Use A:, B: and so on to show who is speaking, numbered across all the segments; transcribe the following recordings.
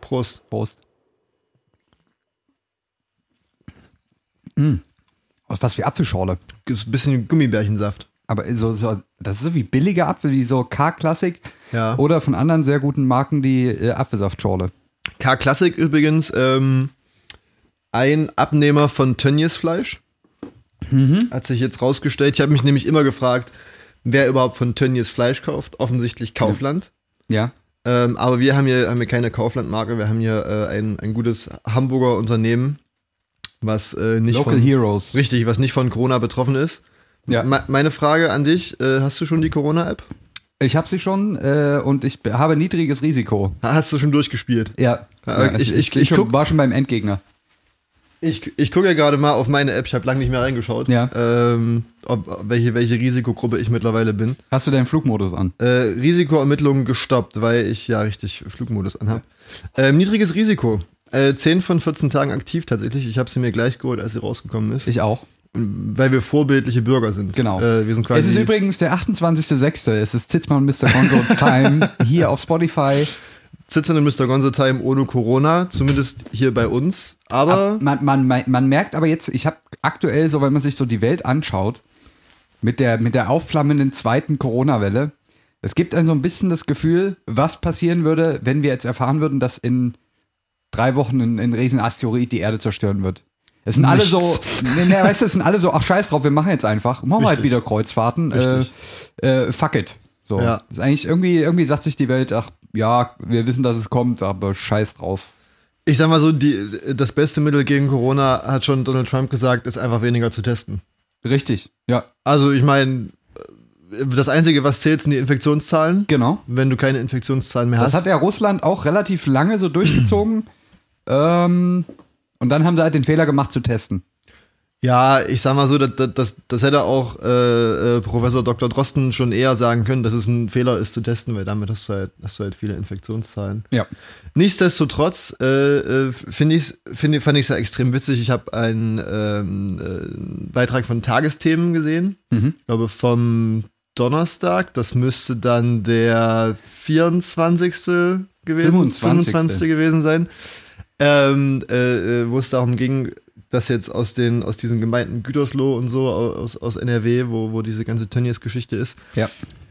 A: Prost.
B: Prost.
A: Mm.
B: Hm. Was fast wie Apfelschorle.
A: Ist ein bisschen Gummibärchensaft.
B: Aber so, so, das ist so wie billige Apfel, wie so K-Klassik
A: Ja.
B: oder von anderen sehr guten Marken die äh, Apfelsaftschorle.
A: K Classic übrigens, ähm, ein Abnehmer von Tönnies Fleisch.
B: Mhm.
A: Hat sich jetzt rausgestellt. Ich habe mich nämlich immer gefragt, wer überhaupt von Tönnies Fleisch kauft. Offensichtlich Kaufland.
B: Ja.
A: Ähm, aber wir haben hier, haben hier keine Kauflandmarke. Wir haben hier äh, ein, ein gutes Hamburger Unternehmen, was äh, nicht
B: Local
A: von,
B: Heroes.
A: richtig, was nicht von Corona betroffen ist.
B: Ja.
A: Me- meine Frage an dich: äh, Hast du schon die Corona-App?
B: Ich habe sie schon äh, und ich be- habe niedriges Risiko.
A: Ha- Hast du schon durchgespielt?
B: Ja.
A: Äh,
B: ja
A: ich- ich-
B: bin
A: ich
B: schon,
A: guck-
B: war schon beim Endgegner.
A: Ich, ich gucke ja gerade mal auf meine App, ich habe lange nicht mehr reingeschaut,
B: Ja.
A: ähm, ob, ob welche, welche Risikogruppe ich mittlerweile bin.
B: Hast du deinen Flugmodus an?
A: Äh, Risikoermittlungen gestoppt, weil ich ja richtig Flugmodus anhab. Ähm, niedriges Risiko. Äh, 10 von 14 Tagen aktiv tatsächlich. Ich habe sie mir gleich geholt, als sie rausgekommen ist.
B: Ich auch.
A: weil wir vorbildliche Bürger sind.
B: Genau.
A: Äh, wir sind quasi.
B: Es ist übrigens der 28.06. Es ist Zitzmann Mr. Gonzo Time hier auf Spotify.
A: Sitzen in Mr. Gonzo Time ohne Corona, zumindest hier bei uns. Aber
B: Man, man, man, man merkt aber jetzt, ich habe aktuell so, wenn man sich so die Welt anschaut, mit der, mit der aufflammenden zweiten Corona-Welle, es gibt einem so ein bisschen das Gefühl, was passieren würde, wenn wir jetzt erfahren würden, dass in drei Wochen ein, ein Riesenasteroid die Erde zerstören wird. Es sind alle so,
A: Nichts.
B: nee, nee, weißt du, es sind alle so, ach scheiß drauf, wir machen jetzt einfach, machen wir halt
A: Richtig.
B: wieder Kreuzfahrten, äh,
A: Richtig.
B: äh, fuck it. So.
A: Ja.
B: Ist eigentlich irgendwie, irgendwie sagt sich die Welt, ach ja, wir wissen, dass es kommt, aber scheiß drauf.
A: ich sag mal so, die, das beste Mittel gegen Corona, hat schon Donald Trump gesagt, ist einfach weniger zu testen.
B: Richtig, ja,
A: Also ich meine, das Einzige, was zählt, sind die Infektionszahlen.
B: genau.
A: Wenn du keine Infektionszahlen mehr
B: Das
A: hast.
B: hat ja Russland auch relativ lange so durchgezogen. ähm, und dann haben sie halt den Fehler gemacht zu testen.
A: ja, ich sag mal so, das- das, das, das hätte auch äh, äh, Professor Dr. Drosten schon eher sagen können, dass es ein Fehler ist zu testen, weil damit hast du halt, hast du halt viele Infektionszahlen.
B: Ja.
A: Nichtsdestotrotz äh, äh, finde ich find, fand ich es ja extrem witzig. Ich habe einen ähm, äh, einen Beitrag von Tagesthemen gesehen.
B: Mhm.
A: Ich glaube vom Donnerstag. Das müsste dann der 24. gewesen,
B: 25.
A: 25. gewesen sein, ähm, äh, äh, wo es darum ging, dass jetzt aus den aus diesen Gemeinden Gütersloh und so aus, aus NRW, wo, wo diese ganze Tönnies-Geschichte ist,
B: Ja.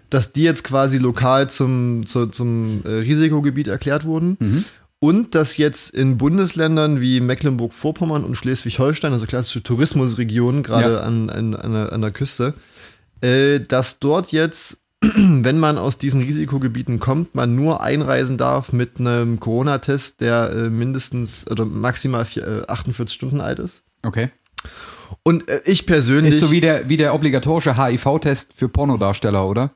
A: dass die jetzt quasi lokal zum, zu, zum äh, Risikogebiet erklärt wurden.
B: Mhm.
A: Und dass jetzt in Bundesländern wie Mecklenburg-Vorpommern und Schleswig-Holstein, also klassische Tourismusregionen, gerade
B: Ja.
A: an, an, an, der- an der Küste, äh, dass dort jetzt, wenn man aus diesen Risikogebieten kommt, man nur einreisen darf mit einem Corona-Test, der äh, mindestens oder maximal vier, äh, 48 Stunden alt ist.
B: Okay.
A: Und äh, ich persönlich
B: Ist so wie der, wie der obligatorische HIV-Test für Pornodarsteller, oder?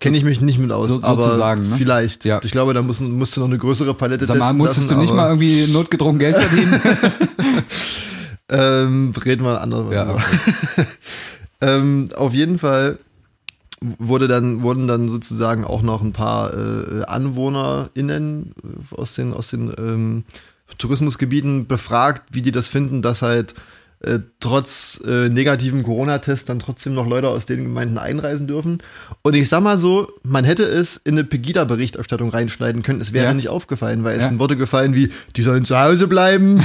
A: kenne ich mich nicht mit aus,
B: so-
A: aber
B: sozusagen, ne?
A: vielleicht.
B: Ja.
A: Ich glaube, da muss, musst du noch eine größere Palette
B: Sag mal,
A: testen
B: musstest
A: lassen,
B: du nicht
A: aber,
B: mal irgendwie notgedrungen Geld verdienen?
A: Ähm, reden wir andere
B: Ja,
A: ähm, auf jeden Fall wurde dann, wurden dann sozusagen auch noch ein paar äh, AnwohnerInnen äh, aus den, aus den ähm, Tourismusgebieten befragt, wie die das finden, dass halt äh, trotz äh, negativem Corona-Test dann trotzdem noch Leute aus den Gemeinden einreisen dürfen. Und ich sag mal so, man hätte es in eine Pegida-Berichterstattung reinschneiden können, es wäre
B: Ja.
A: nicht aufgefallen, weil es
B: Ja.
A: sind Worte gefallen wie, die sollen zu Hause bleiben,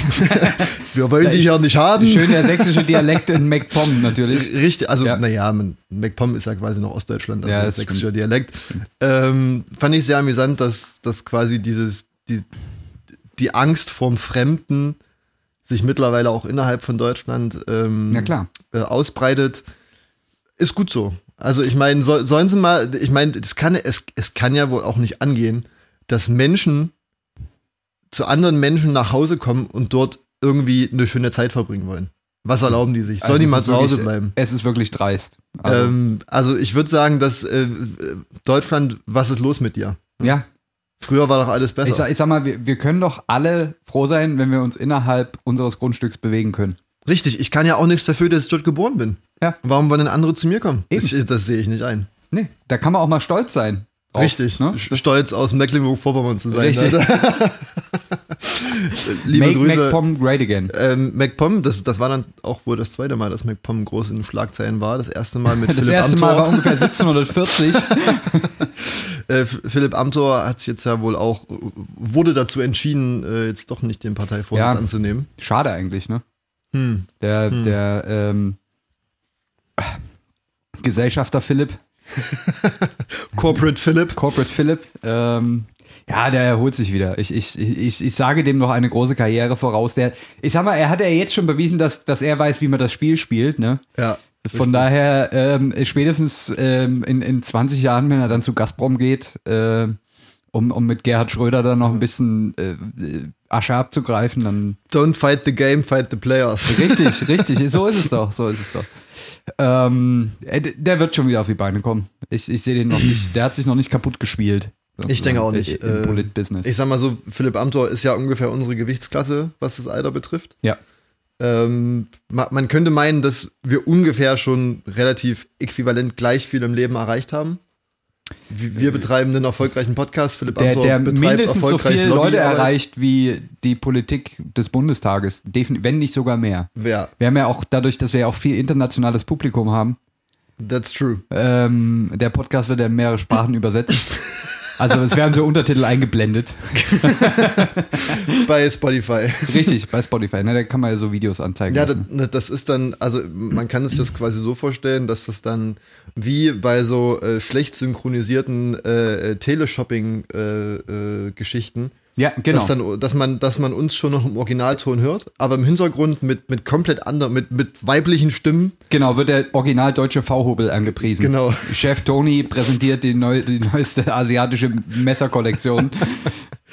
A: wir wollen dich ja nicht haben.
B: Schön der sächsische Dialekt in MacPom natürlich.
A: Richtig, also
B: Ja.
A: naja, MacPom ist ja quasi noch Ostdeutschland, also
B: Ja,
A: ja,
B: das
A: sächsischer Dialekt. Ähm, fand ich sehr amüsant, dass, dass quasi dieses, die, die Angst vorm Fremden sich mittlerweile auch innerhalb von Deutschland ähm,
B: Na klar.
A: äh, ausbreitet. Ist gut so. Also ich meine, soll, sollen sie mal, ich meine, es kann, es, es kann ja wohl auch nicht angehen, dass Menschen zu anderen Menschen nach Hause kommen und dort irgendwie eine schöne Zeit verbringen wollen. Was erlauben die sich? Sollen
B: Also
A: die
B: es
A: mal
B: ist
A: zu Hause
B: wirklich-
A: bleiben?
B: Es ist wirklich dreist. Also,
A: Also, ähm, also ich würde sagen, dass äh, Deutschland, was ist los mit dir?
B: ja,
A: Früher war doch alles besser.
B: ich sag, ich sag mal, wir, wir können doch alle froh sein, wenn wir uns innerhalb unseres Grundstücks bewegen können.
A: Richtig, ich kann ja auch nichts dafür, dass ich dort geboren bin.
B: Ja.
A: Warum wollen denn andere zu mir kommen?
B: Eben.
A: Ich, das sehe ich nicht ein.
B: Nee, da kann man auch mal stolz sein. Auf,
A: Richtig.
B: ne?
A: Stolz aus Mecklenburg-Vorpommern zu sein.
B: Richtig.
A: Alter. Liebe
B: Make
A: Grüße.
B: MacPom great again.
A: Ähm, MacPom, das, das war dann auch wohl das zweite Mal, dass MacPom groß in den Schlagzeilen war. Das erste Mal mit
B: Das
A: Philipp
B: erste
A: Amthor.
B: Mal war ungefähr 1740.
A: Äh, F- Philipp Amthor hat jetzt ja wohl auch, wurde dazu entschieden, äh, jetzt doch nicht den Parteivorsitz
B: Ja.
A: anzunehmen.
B: Schade eigentlich, ne?
A: Hm.
B: Der, der ähm, Gesellschafter Philipp,
A: Corporate Philipp.
B: Corporate Philipp, ähm, ja, der erholt sich wieder. Ich, ich, ich, ich sage dem noch eine große Karriere voraus. Der, ich sag mal, er hat ja jetzt schon bewiesen, dass, dass er weiß, wie man das Spiel spielt, ne?
A: Ja.
B: Von daher, ähm, spätestens ähm, in, in 20 Jahren, wenn er dann zu Gazprom geht, äh, um, um mit Gerhard Schröder dann noch ein bisschen äh, äh, Asche abzugreifen, dann
A: Don't fight the game, fight the players.
B: Richtig, richtig. So ist es doch. So ist es doch. Ähm, äh, d- der wird schon wieder auf die Beine kommen. Ich, ich sehe den noch nicht. Der hat sich noch nicht kaputt gespielt.
A: Ich denke auch nicht.
B: Im
A: Äh,
B: Politbusiness.
A: Ich sag mal so, Philipp Amthor ist ja ungefähr unsere Gewichtsklasse, was das Alter betrifft.
B: ja.
A: Ähm, ma- man könnte meinen, dass wir ungefähr schon relativ äquivalent gleich viel im Leben erreicht haben. Wir wir betreiben einen erfolgreichen Podcast. Philipp
B: Äh, Der,
A: Amthor
B: der
A: betreibt
B: mindestens so
A: erfolgreich
B: viele Leute
A: Lobbyarbeit.
B: erreicht wie die Politik des Bundestages. Defin wenn nicht sogar mehr.
A: Ja,
B: Wir haben ja auch dadurch, dass wir ja auch viel internationales Publikum haben.
A: that's true.
B: Ähm, der Podcast wird ja in mehrere Sprachen übersetzt. Also es werden so Untertitel eingeblendet.
A: Bei Spotify.
B: Richtig, bei Spotify. Ne, da kann man ja so Videos anzeigen.
A: Ja,
B: lassen.
A: das, ne, das ist dann, also man kann sich das quasi so vorstellen, dass das dann wie bei so äh, schlecht synchronisierten äh, äh, Teleshopping-Geschichten,
B: ja genau.
A: dass, dann, dass, man, dass man uns schon noch im Originalton hört, aber im Hintergrund mit, mit komplett anderen, mit, mit weiblichen Stimmen.
B: Genau, wird der original deutsche V-Hobel angepriesen.
A: Genau.
B: Chef Tony präsentiert die, neu, die neueste asiatische Messerkollektion.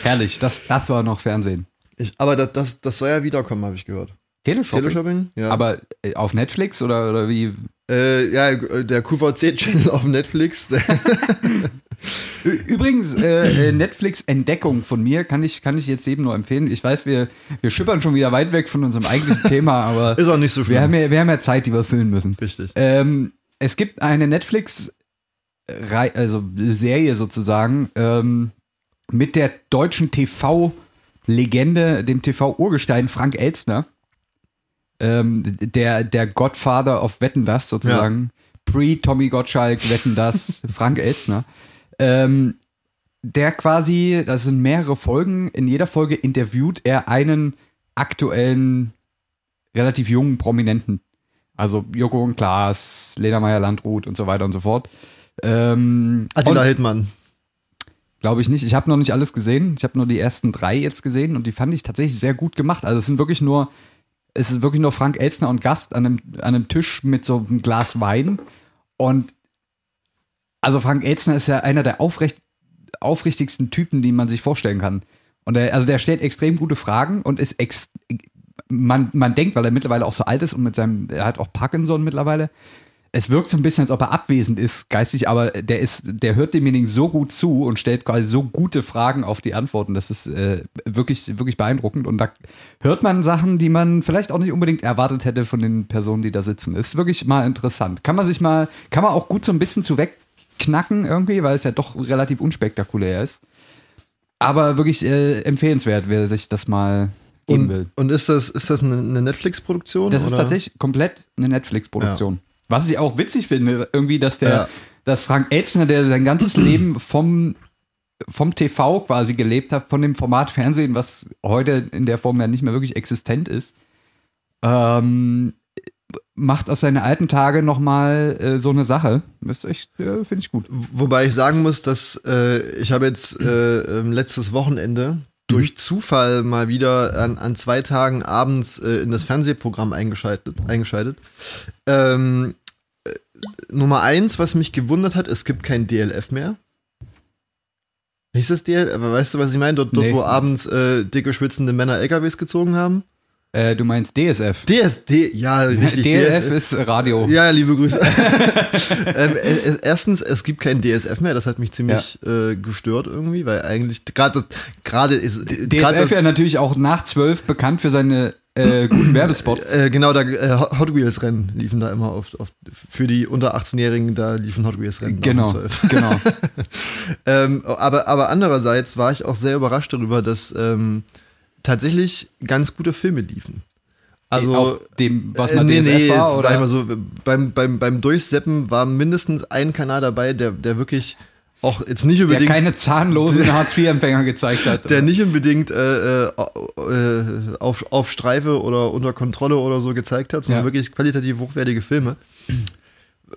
B: Herrlich, das, das war noch Fernsehen.
A: Ich, aber das, das, das soll ja wiederkommen, habe ich gehört.
B: Teleshopping.
A: Teleshopping? Ja.
B: Aber äh, auf Netflix oder, oder wie?
A: äh, ja, der QVC-Channel auf Netflix, der
B: Ü- Übrigens, äh, äh, Netflix-Entdeckung von mir kann ich, kann ich jetzt jedem nur empfehlen. Ich weiß, wir, wir schippern schon wieder weit weg von unserem eigentlichen Thema, aber
A: ist auch nicht so
B: wir haben,
A: schlimm.
B: ja, wir haben ja Zeit, die wir füllen müssen.
A: Richtig.
B: Ähm, es gibt eine Netflix, Rei- also Serie sozusagen, ähm, mit der deutschen TV-Legende, dem TV-Urgestein Frank Elstner, ähm, der, der Godfather of Wetten das sozusagen, pre-Tommy Gottschalk, Wetten das, Frank Elstner, ähm, der quasi, das sind mehrere Folgen, in jeder Folge interviewt er einen aktuellen, relativ jungen Prominenten. Also Joko und Klaas, Lena Meyer-Landrut und so weiter und so fort. Ähm,
A: Attila Hildmann.
B: Glaube ich nicht. Ich habe noch nicht alles gesehen. Ich habe nur die ersten drei jetzt gesehen und die fand ich tatsächlich sehr gut gemacht. Also es sind wirklich nur, es ist wirklich nur Frank Elstner und Gast an einem, an einem Tisch mit so einem Glas Wein. Und also Frank Elstner ist ja einer der aufrecht, aufrichtigsten Typen, die man sich vorstellen kann. Und er, also der stellt extrem gute Fragen und ist ex man, man denkt, weil er mittlerweile auch so alt ist und mit seinem, er hat auch Parkinson mittlerweile, es wirkt so ein bisschen, als ob er abwesend ist, geistig, aber der ist, der hört demjenigen so gut zu und stellt quasi so gute Fragen auf die Antworten. Das ist äh, wirklich, wirklich beeindruckend. Und da hört man Sachen, die man vielleicht auch nicht unbedingt erwartet hätte von den Personen, die da sitzen. Ist wirklich mal interessant. Kann man sich mal, kann man auch gut so ein bisschen zu wegknacken irgendwie, weil es ja doch relativ unspektakulär ist. Aber wirklich äh, empfehlenswert, wer sich das mal geben will.
A: Und, und ist das, ist das eine, eine Netflix-Produktion?
B: Das ist
A: oder?
B: tatsächlich komplett eine Netflix-Produktion. Was ich auch witzig finde, irgendwie, dass der,
A: Ja.
B: dass Frank Elstner, der sein ganzes Leben vom, vom TV quasi gelebt hat, von dem Format Fernsehen, was heute in der Form ja nicht mehr wirklich existent ist, ähm, macht aus seinen alten Tagen nochmal äh, so eine Sache. Das ist echt, äh, finde ich gut.
A: Wobei ich sagen muss, dass äh, ich habe jetzt äh, ähm, letztes Wochenende durch Zufall mal wieder an, an zwei Tagen abends äh, in das Fernsehprogramm eingeschaltet. eingeschaltet. Ähm, äh, Nummer eins, was mich gewundert hat, es gibt kein DLF mehr. Hieß das DLF? Aber weißt du, was ich meine? Dort, dort
B: Nee.
A: wo abends äh, dicke, schwitzende Männer LKWs gezogen haben?
B: Äh, du meinst DSF?
A: DSD, ja, richtig.
B: DSF ist Radio.
A: Ja, liebe Grüße. ähm, äh, erstens, es gibt kein DSF mehr, das hat mich ziemlich äh, gestört irgendwie, weil eigentlich gerade das- gerade ist
B: DSF
A: gerade
B: ja
A: das,
B: natürlich auch nach zwölf bekannt für seine äh, guten Werbespots.
A: Äh, genau, da äh, Hot Wheels Rennen liefen da immer oft. oft für die unter 18-Jährigen, da liefen Hot Wheels Rennen.
B: Genau, genau.
A: ähm, aber, aber andererseits war ich auch sehr überrascht darüber, dass ähm, tatsächlich ganz gute Filme liefen. Also
B: Äh, Auf dem, was man
A: äh,
B: DSF war,
A: jetzt
B: oder?
A: Sag ich mal so, beim, beim, beim Durchseppen war mindestens ein Kanal dabei, der, der wirklich auch jetzt nicht
B: der
A: unbedingt.
B: keine zahnlosen Hartz-IV-Empfänger gezeigt hat.
A: der nicht unbedingt äh, äh, äh, auf, auf Streife oder unter Kontrolle oder so gezeigt hat, sondern
B: Ja.
A: wirklich qualitativ hochwertige Filme.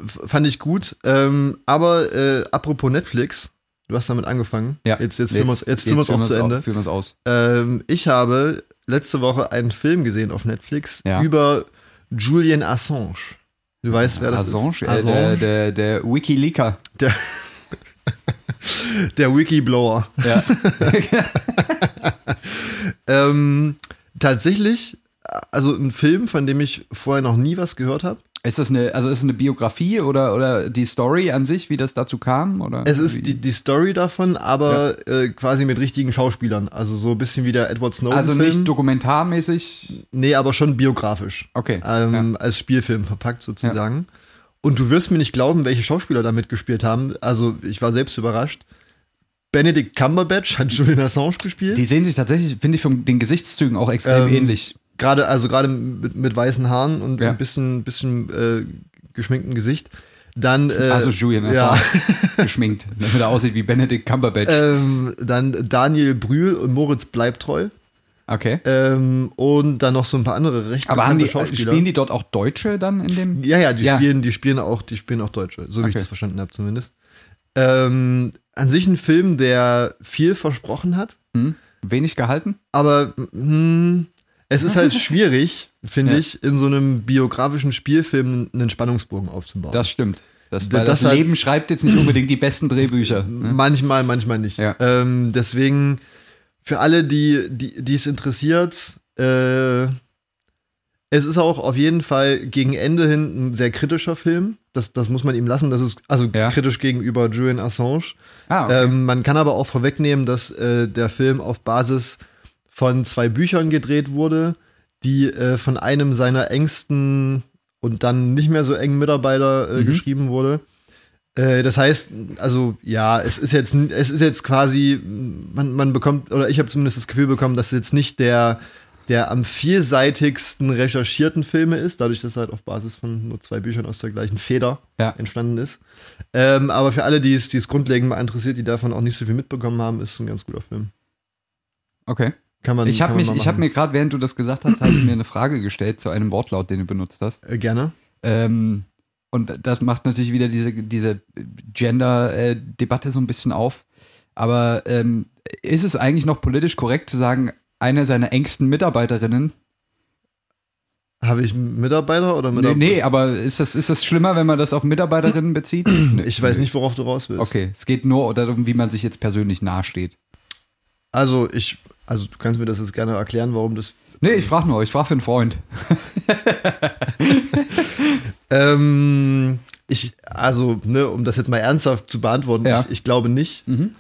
A: F fand ich gut. Ähm, aber äh, apropos Netflix, du hast damit angefangen.
B: ja.
A: Jetzt, jetzt filmen wir es jetzt filmen wir's auch
B: filmen
A: zu
B: wir's
A: Ende.
B: Filmen wir's aus.
A: Ähm, ich habe letzte Woche einen Film gesehen auf Netflix
B: Ja.
A: über Julian Assange. Du weißt, wer das
B: Assange,
A: ist.
B: äh, Der, der, der Wikileaker.
A: der, der Wikiblower.
B: Ja.
A: Ähm, tatsächlich, also ein Film, von dem ich vorher noch nie was gehört habe.
B: Ist das eine, also ist es eine Biografie oder, oder die Story an sich, wie das dazu kam? Oder
A: Es ist
B: wie?
A: die, die Story davon, aber äh, quasi mit richtigen Schauspielern. Also so ein bisschen wie der Edward Snowden.
B: also
A: Film.
B: nicht dokumentarmäßig.
A: Nee, aber schon biografisch.
B: Okay.
A: Ähm, Als Spielfilm verpackt sozusagen. Und du wirst mir nicht glauben, welche Schauspieler da mitgespielt haben. Also ich war selbst überrascht. Benedict Cumberbatch hat Julian Assange gespielt.
B: Die sehen sich tatsächlich, finde ich, von den Gesichtszügen auch extrem
A: Ähm,
B: ähnlich.
A: Gerade, also gerade mit, mit weißen Haaren und
B: Ja.
A: ein bisschen, bisschen äh, geschminktem Gesicht. Dann, äh,
B: also Julian
A: ja.
B: Assange geschminkt, damit er aussieht wie Benedict Cumberbatch.
A: ähm, dann Daniel Brühl und Moritz Bleibtreu.
B: okay.
A: Ähm, und dann noch so ein paar andere recht
B: Aber haben die,
A: bekannte
B: spielen die dort auch Deutsche dann in dem?
A: Ja, ja, die
B: Ja.
A: spielen, die spielen auch, die spielen auch Deutsche, so wie ich
B: Okay.
A: das verstanden habe zumindest. Ähm, an sich ein Film, der viel versprochen hat,
B: Hm? Wenig gehalten?
A: aber hm, es ist halt schwierig, finde
B: Ja.
A: ich, in so einem biografischen Spielfilm einen Spannungsbogen aufzubauen.
B: Das stimmt. Das,
A: Da-
B: weil das,
A: das Mhm. halt-
B: Leben schreibt jetzt nicht unbedingt die besten Drehbücher. ne?
A: Manchmal, manchmal nicht.
B: Ja.
A: Ähm, deswegen, für alle, die, die, die es interessiert, äh, es ist auch auf jeden Fall gegen Ende hin ein sehr kritischer Film. Das, das muss man ihm lassen. Das ist also
B: Ja.
A: kritisch gegenüber Julian Assange.
B: Ah, okay.
A: Ähm, man kann aber auch vorwegnehmen, dass äh, der Film auf Basis von zwei Büchern gedreht wurde, die äh, von einem seiner engsten und dann nicht mehr so engen Mitarbeiter äh,
B: Mhm.
A: geschrieben wurde. Äh, das heißt, also ja, es ist jetzt, n- es ist jetzt quasi, man, man bekommt, oder ich habe zumindest das Gefühl bekommen, dass es jetzt nicht der, der am vielseitigsten recherchierten Filme ist, dadurch, dass er halt auf Basis von nur zwei Büchern aus der gleichen Feder
B: Ja.
A: entstanden ist. Ähm, aber für alle, die es, die es grundlegend mal interessiert, die davon auch nicht so viel mitbekommen haben, ist es ein ganz guter Film.
B: okay.
A: Kann man
B: Ich habe
A: kann man
B: mich,
A: mal
B: ich habe
A: machen.
B: mir gerade, während du das gesagt hast, habe ich mir eine Frage gestellt zu einem Wortlaut, den du benutzt hast.
A: Äh, gerne.
B: Ähm, und das macht natürlich wieder diese, diese Gender-Debatte so ein bisschen auf. Aber ähm, ist es eigentlich noch politisch korrekt zu sagen, eine seiner engsten Mitarbeiterinnen?
A: Habe ich einen Mitarbeiter oder
B: Nee,
A: Mitarbeiter?
B: nee, aber ist das, ist das schlimmer, wenn man das auf Mitarbeiterinnen bezieht?
A: Ich weiß nicht, worauf du raus willst.
B: Okay, es geht nur darum, wie man sich jetzt persönlich nahesteht.
A: Also ich, also du kannst mir das jetzt gerne erklären, warum das.
B: Nee, ich frage nur, ich frage für einen Freund.
A: Ähm, ich, also ne, um das jetzt mal ernsthaft zu beantworten,
B: Ja.
A: ich, ich glaube nicht,
B: Mhm.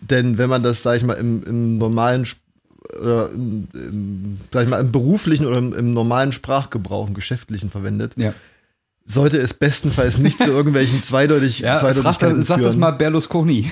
A: denn wenn man das, sage ich mal, im, im normalen Sp- oder im, im, sag ich mal, im beruflichen oder im, im normalen Sprachgebrauch, im geschäftlichen verwendet,
B: Ja.
A: sollte es bestenfalls nicht zu irgendwelchen zweideutig,
B: Ja, frag
A: Zweideutigkeiten
B: das, sag das
A: führen.
B: mal Berlusconi.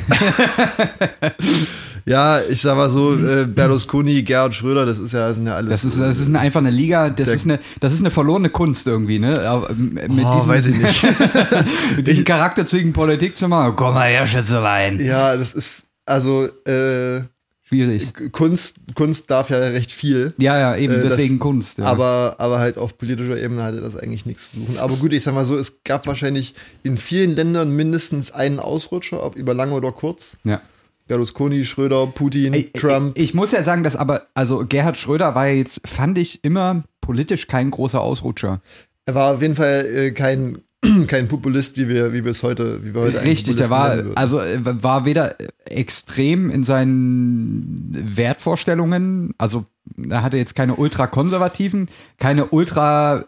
A: Ja, ich sag mal so, äh, Berlusconi, Gerhard Schröder, das ist ja, sind ja alles.
B: Das ist, das ist eine, einfach eine Liga, das
A: Der-
B: ist eine, das ist eine verlorene Kunst irgendwie, ne? Aber Mit
A: oh,
B: diesem-
A: weiß ich nicht.
B: Mit diesen charakterzügen Politik zu machen, komm mal her, Schätzelein.
A: ja, das ist, also, äh,
B: Schwierig.
A: K- Kunst, Kunst darf ja recht viel.
B: Ja, ja, eben,
A: Äh, das-
B: deswegen Kunst. Ja.
A: Aber, aber halt auf politischer Ebene hatte das eigentlich nichts zu suchen. Aber gut, ich sag mal so, es gab wahrscheinlich in vielen Ländern mindestens einen Ausrutscher, ob über lang oder kurz.
B: ja.
A: Berlusconi, Schröder, Putin,
B: Ey,
A: Trump.
B: Ich, ich muss ja sagen, dass aber, also Gerhard Schröder war ja jetzt, fand ich immer politisch kein großer Ausrutscher.
A: Er war auf jeden Fall äh, kein, kein Populist, wie wir, wie wir es heute, wie wir heute einen
B: Richtig, der
A: Populisten
B: war,
A: nennen würden.
B: also äh, war weder extrem in seinen Wertvorstellungen, also er hatte jetzt keine ultrakonservativen, keine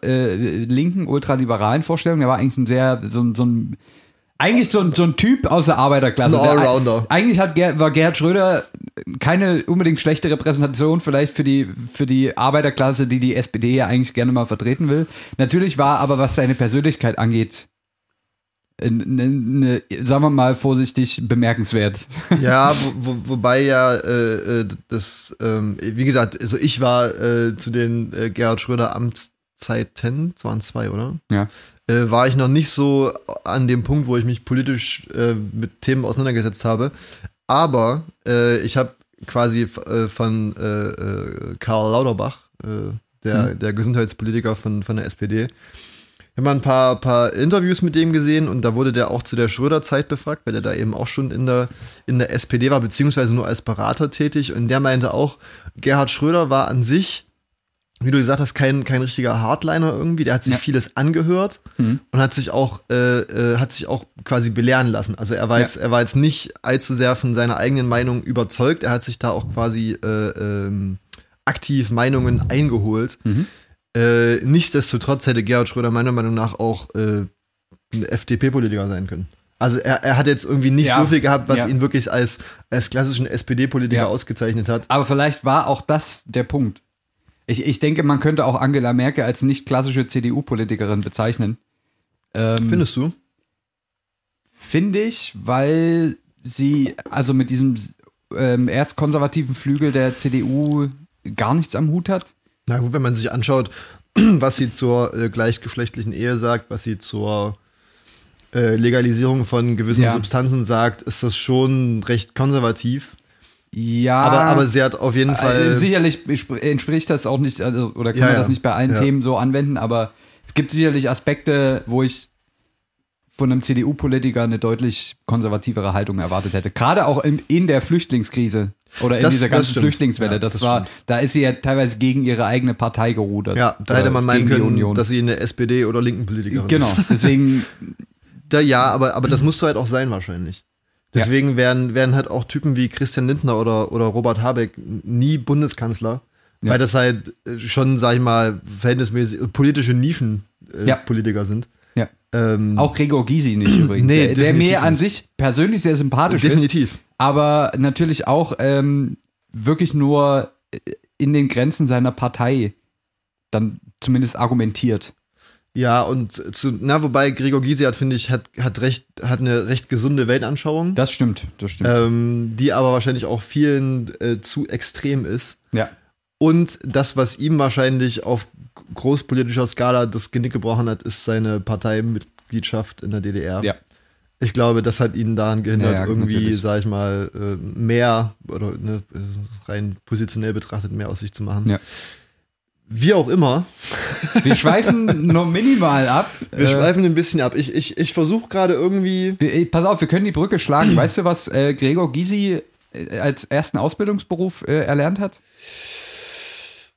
B: ultra-linken, ultraliberalen Vorstellungen, er war eigentlich ein sehr, so, ein- so ein, eigentlich so ein, so ein Typ aus der Arbeiterklasse.
A: Ein
B: Der-
A: Allrounder.
B: Eigentlich hat Ger war Gerhard Schröder keine unbedingt schlechte Repräsentation vielleicht für die, für die Arbeiterklasse, die die SPD ja eigentlich gerne mal vertreten will. Natürlich war aber, was seine Persönlichkeit angeht, ne, ne, sagen wir mal vorsichtig, bemerkenswert.
A: Ja, wo, wo, wobei ja äh, äh, das, ähm, wie gesagt, also ich war äh, zu den äh, Gerhard Schröder Amtszeiten, es waren zwei, oder?
B: Ja.
A: Äh, war ich noch nicht so an dem Punkt, wo ich mich politisch äh, mit Themen auseinandergesetzt habe. Aber äh, ich habe quasi äh, von äh, äh, Karl Lauterbach, äh, der,
B: Hm.
A: der Gesundheitspolitiker von, von der SPD, ich habe mal ein paar, paar Interviews mit dem gesehen und da wurde der auch zu der Schröder-Zeit befragt, weil er da eben auch schon in der, in der SPD war, beziehungsweise nur als Berater tätig. Und der meinte auch, Gerhard Schröder war an sich, wie du gesagt hast, kein, kein richtiger Hardliner irgendwie. Der hat sich
B: Ja. Mhm.
A: vieles angehört und hat sich auch, äh, äh, hat sich auch quasi belehren lassen. Also er war,
B: Ja.
A: jetzt, er war jetzt nicht allzu sehr von seiner eigenen Meinung überzeugt. Er hat sich da auch quasi äh, ähm, aktiv Meinungen eingeholt.
B: Mhm.
A: Äh, nichtsdestotrotz hätte Gerhard Schröder meiner Meinung nach auch äh, ein FDP-Politiker sein können. Also er, er hat jetzt irgendwie nicht
B: Ja.
A: so viel gehabt, was
B: Ja.
A: ihn wirklich als, als klassischen SPD-Politiker
B: Ja.
A: ausgezeichnet hat.
B: Aber vielleicht war auch das der Punkt. Ich, ich denke, man könnte auch Angela Merkel als nicht klassische CDU-Politikerin bezeichnen. Ähm,
A: Findest du?
B: Finde ich, weil sie also mit diesem ähm, erzkonservativen Flügel der CDU gar nichts am Hut hat.
A: Na gut, wenn man sich anschaut, was sie zur äh, gleichgeschlechtlichen Ehe sagt, was sie zur äh, Legalisierung von gewissen
B: Ja.
A: Substanzen sagt, ist das schon recht konservativ.
B: Ja,
A: Aber, aber sie hat auf jeden
B: Ah. äh,
A: Fall.
B: sicherlich bespr- entspricht das auch nicht, also, oder kann
A: Ja,
B: man
A: ja.
B: das nicht bei allen
A: Ja.
B: Themen so anwenden, aber es gibt sicherlich Aspekte, wo ich von einem CDU-Politiker eine deutlich konservativere Haltung erwartet hätte. Gerade auch in, in der Flüchtlingskrise oder in
A: Das-
B: dieser
A: das
B: ganzen
A: stimmt.
B: Flüchtlingswelle.
A: Ja,
B: das,
A: das
B: war, da ist sie ja teilweise gegen ihre eigene Partei gerudert.
A: ja, da
B: Oder
A: hätte man meinen
B: Äh, gegen die
A: können,
B: Union.
A: dass sie eine SPD oder linken Politikerin ist.
B: Genau, deswegen,
A: Da, ja, aber, aber das musst du halt auch sein wahrscheinlich. Deswegen werden, werden halt auch Typen wie Christian Lindner oder, oder Robert Habeck nie Bundeskanzler,
B: Ja.
A: weil das halt äh, schon, sag ich mal, verhältnismäßig äh, politische Nischen-Politiker äh,
B: Ja.
A: Politiker sind.
B: ja.
A: Ähm,
B: Auch Gregor Gysi nicht übrigens.
A: Nee,
B: der, der
A: definitiv
B: mir an
A: nicht.
B: sich persönlich sehr sympathisch ist.
A: definitiv.
B: aber natürlich auch ähm, wirklich nur äh, in den Grenzen seiner Partei dann zumindest argumentiert.
A: Ja, und zu, na, wobei Gregor Gysi hat, finde ich, hat, hat recht, hat eine recht gesunde Weltanschauung,
B: Das stimmt, das stimmt.
A: ähm, die aber wahrscheinlich auch vielen äh, zu extrem ist.
B: ja.
A: Und das, was ihm wahrscheinlich auf großpolitischer Skala das Genick gebrochen hat, ist seine Parteimitgliedschaft in der DDR.
B: Ja.
A: Ich glaube, das hat ihn daran gehindert,
B: Ja, ja,
A: irgendwie,
B: natürlich.
A: sag ich mal, äh, mehr oder ne, äh, rein positionell betrachtet mehr aus sich zu machen.
B: Ja.
A: Wie auch immer,
B: Wir schweifen nur minimal ab.
A: wir
B: Äh,
A: schweifen ein bisschen ab. Ich, ich, ich versuche gerade irgendwie.
B: wir- äh, pass auf, wir können die Brücke schlagen. Weißt du, was äh, Gregor Gysi äh, als ersten Ausbildungsberuf äh, erlernt hat?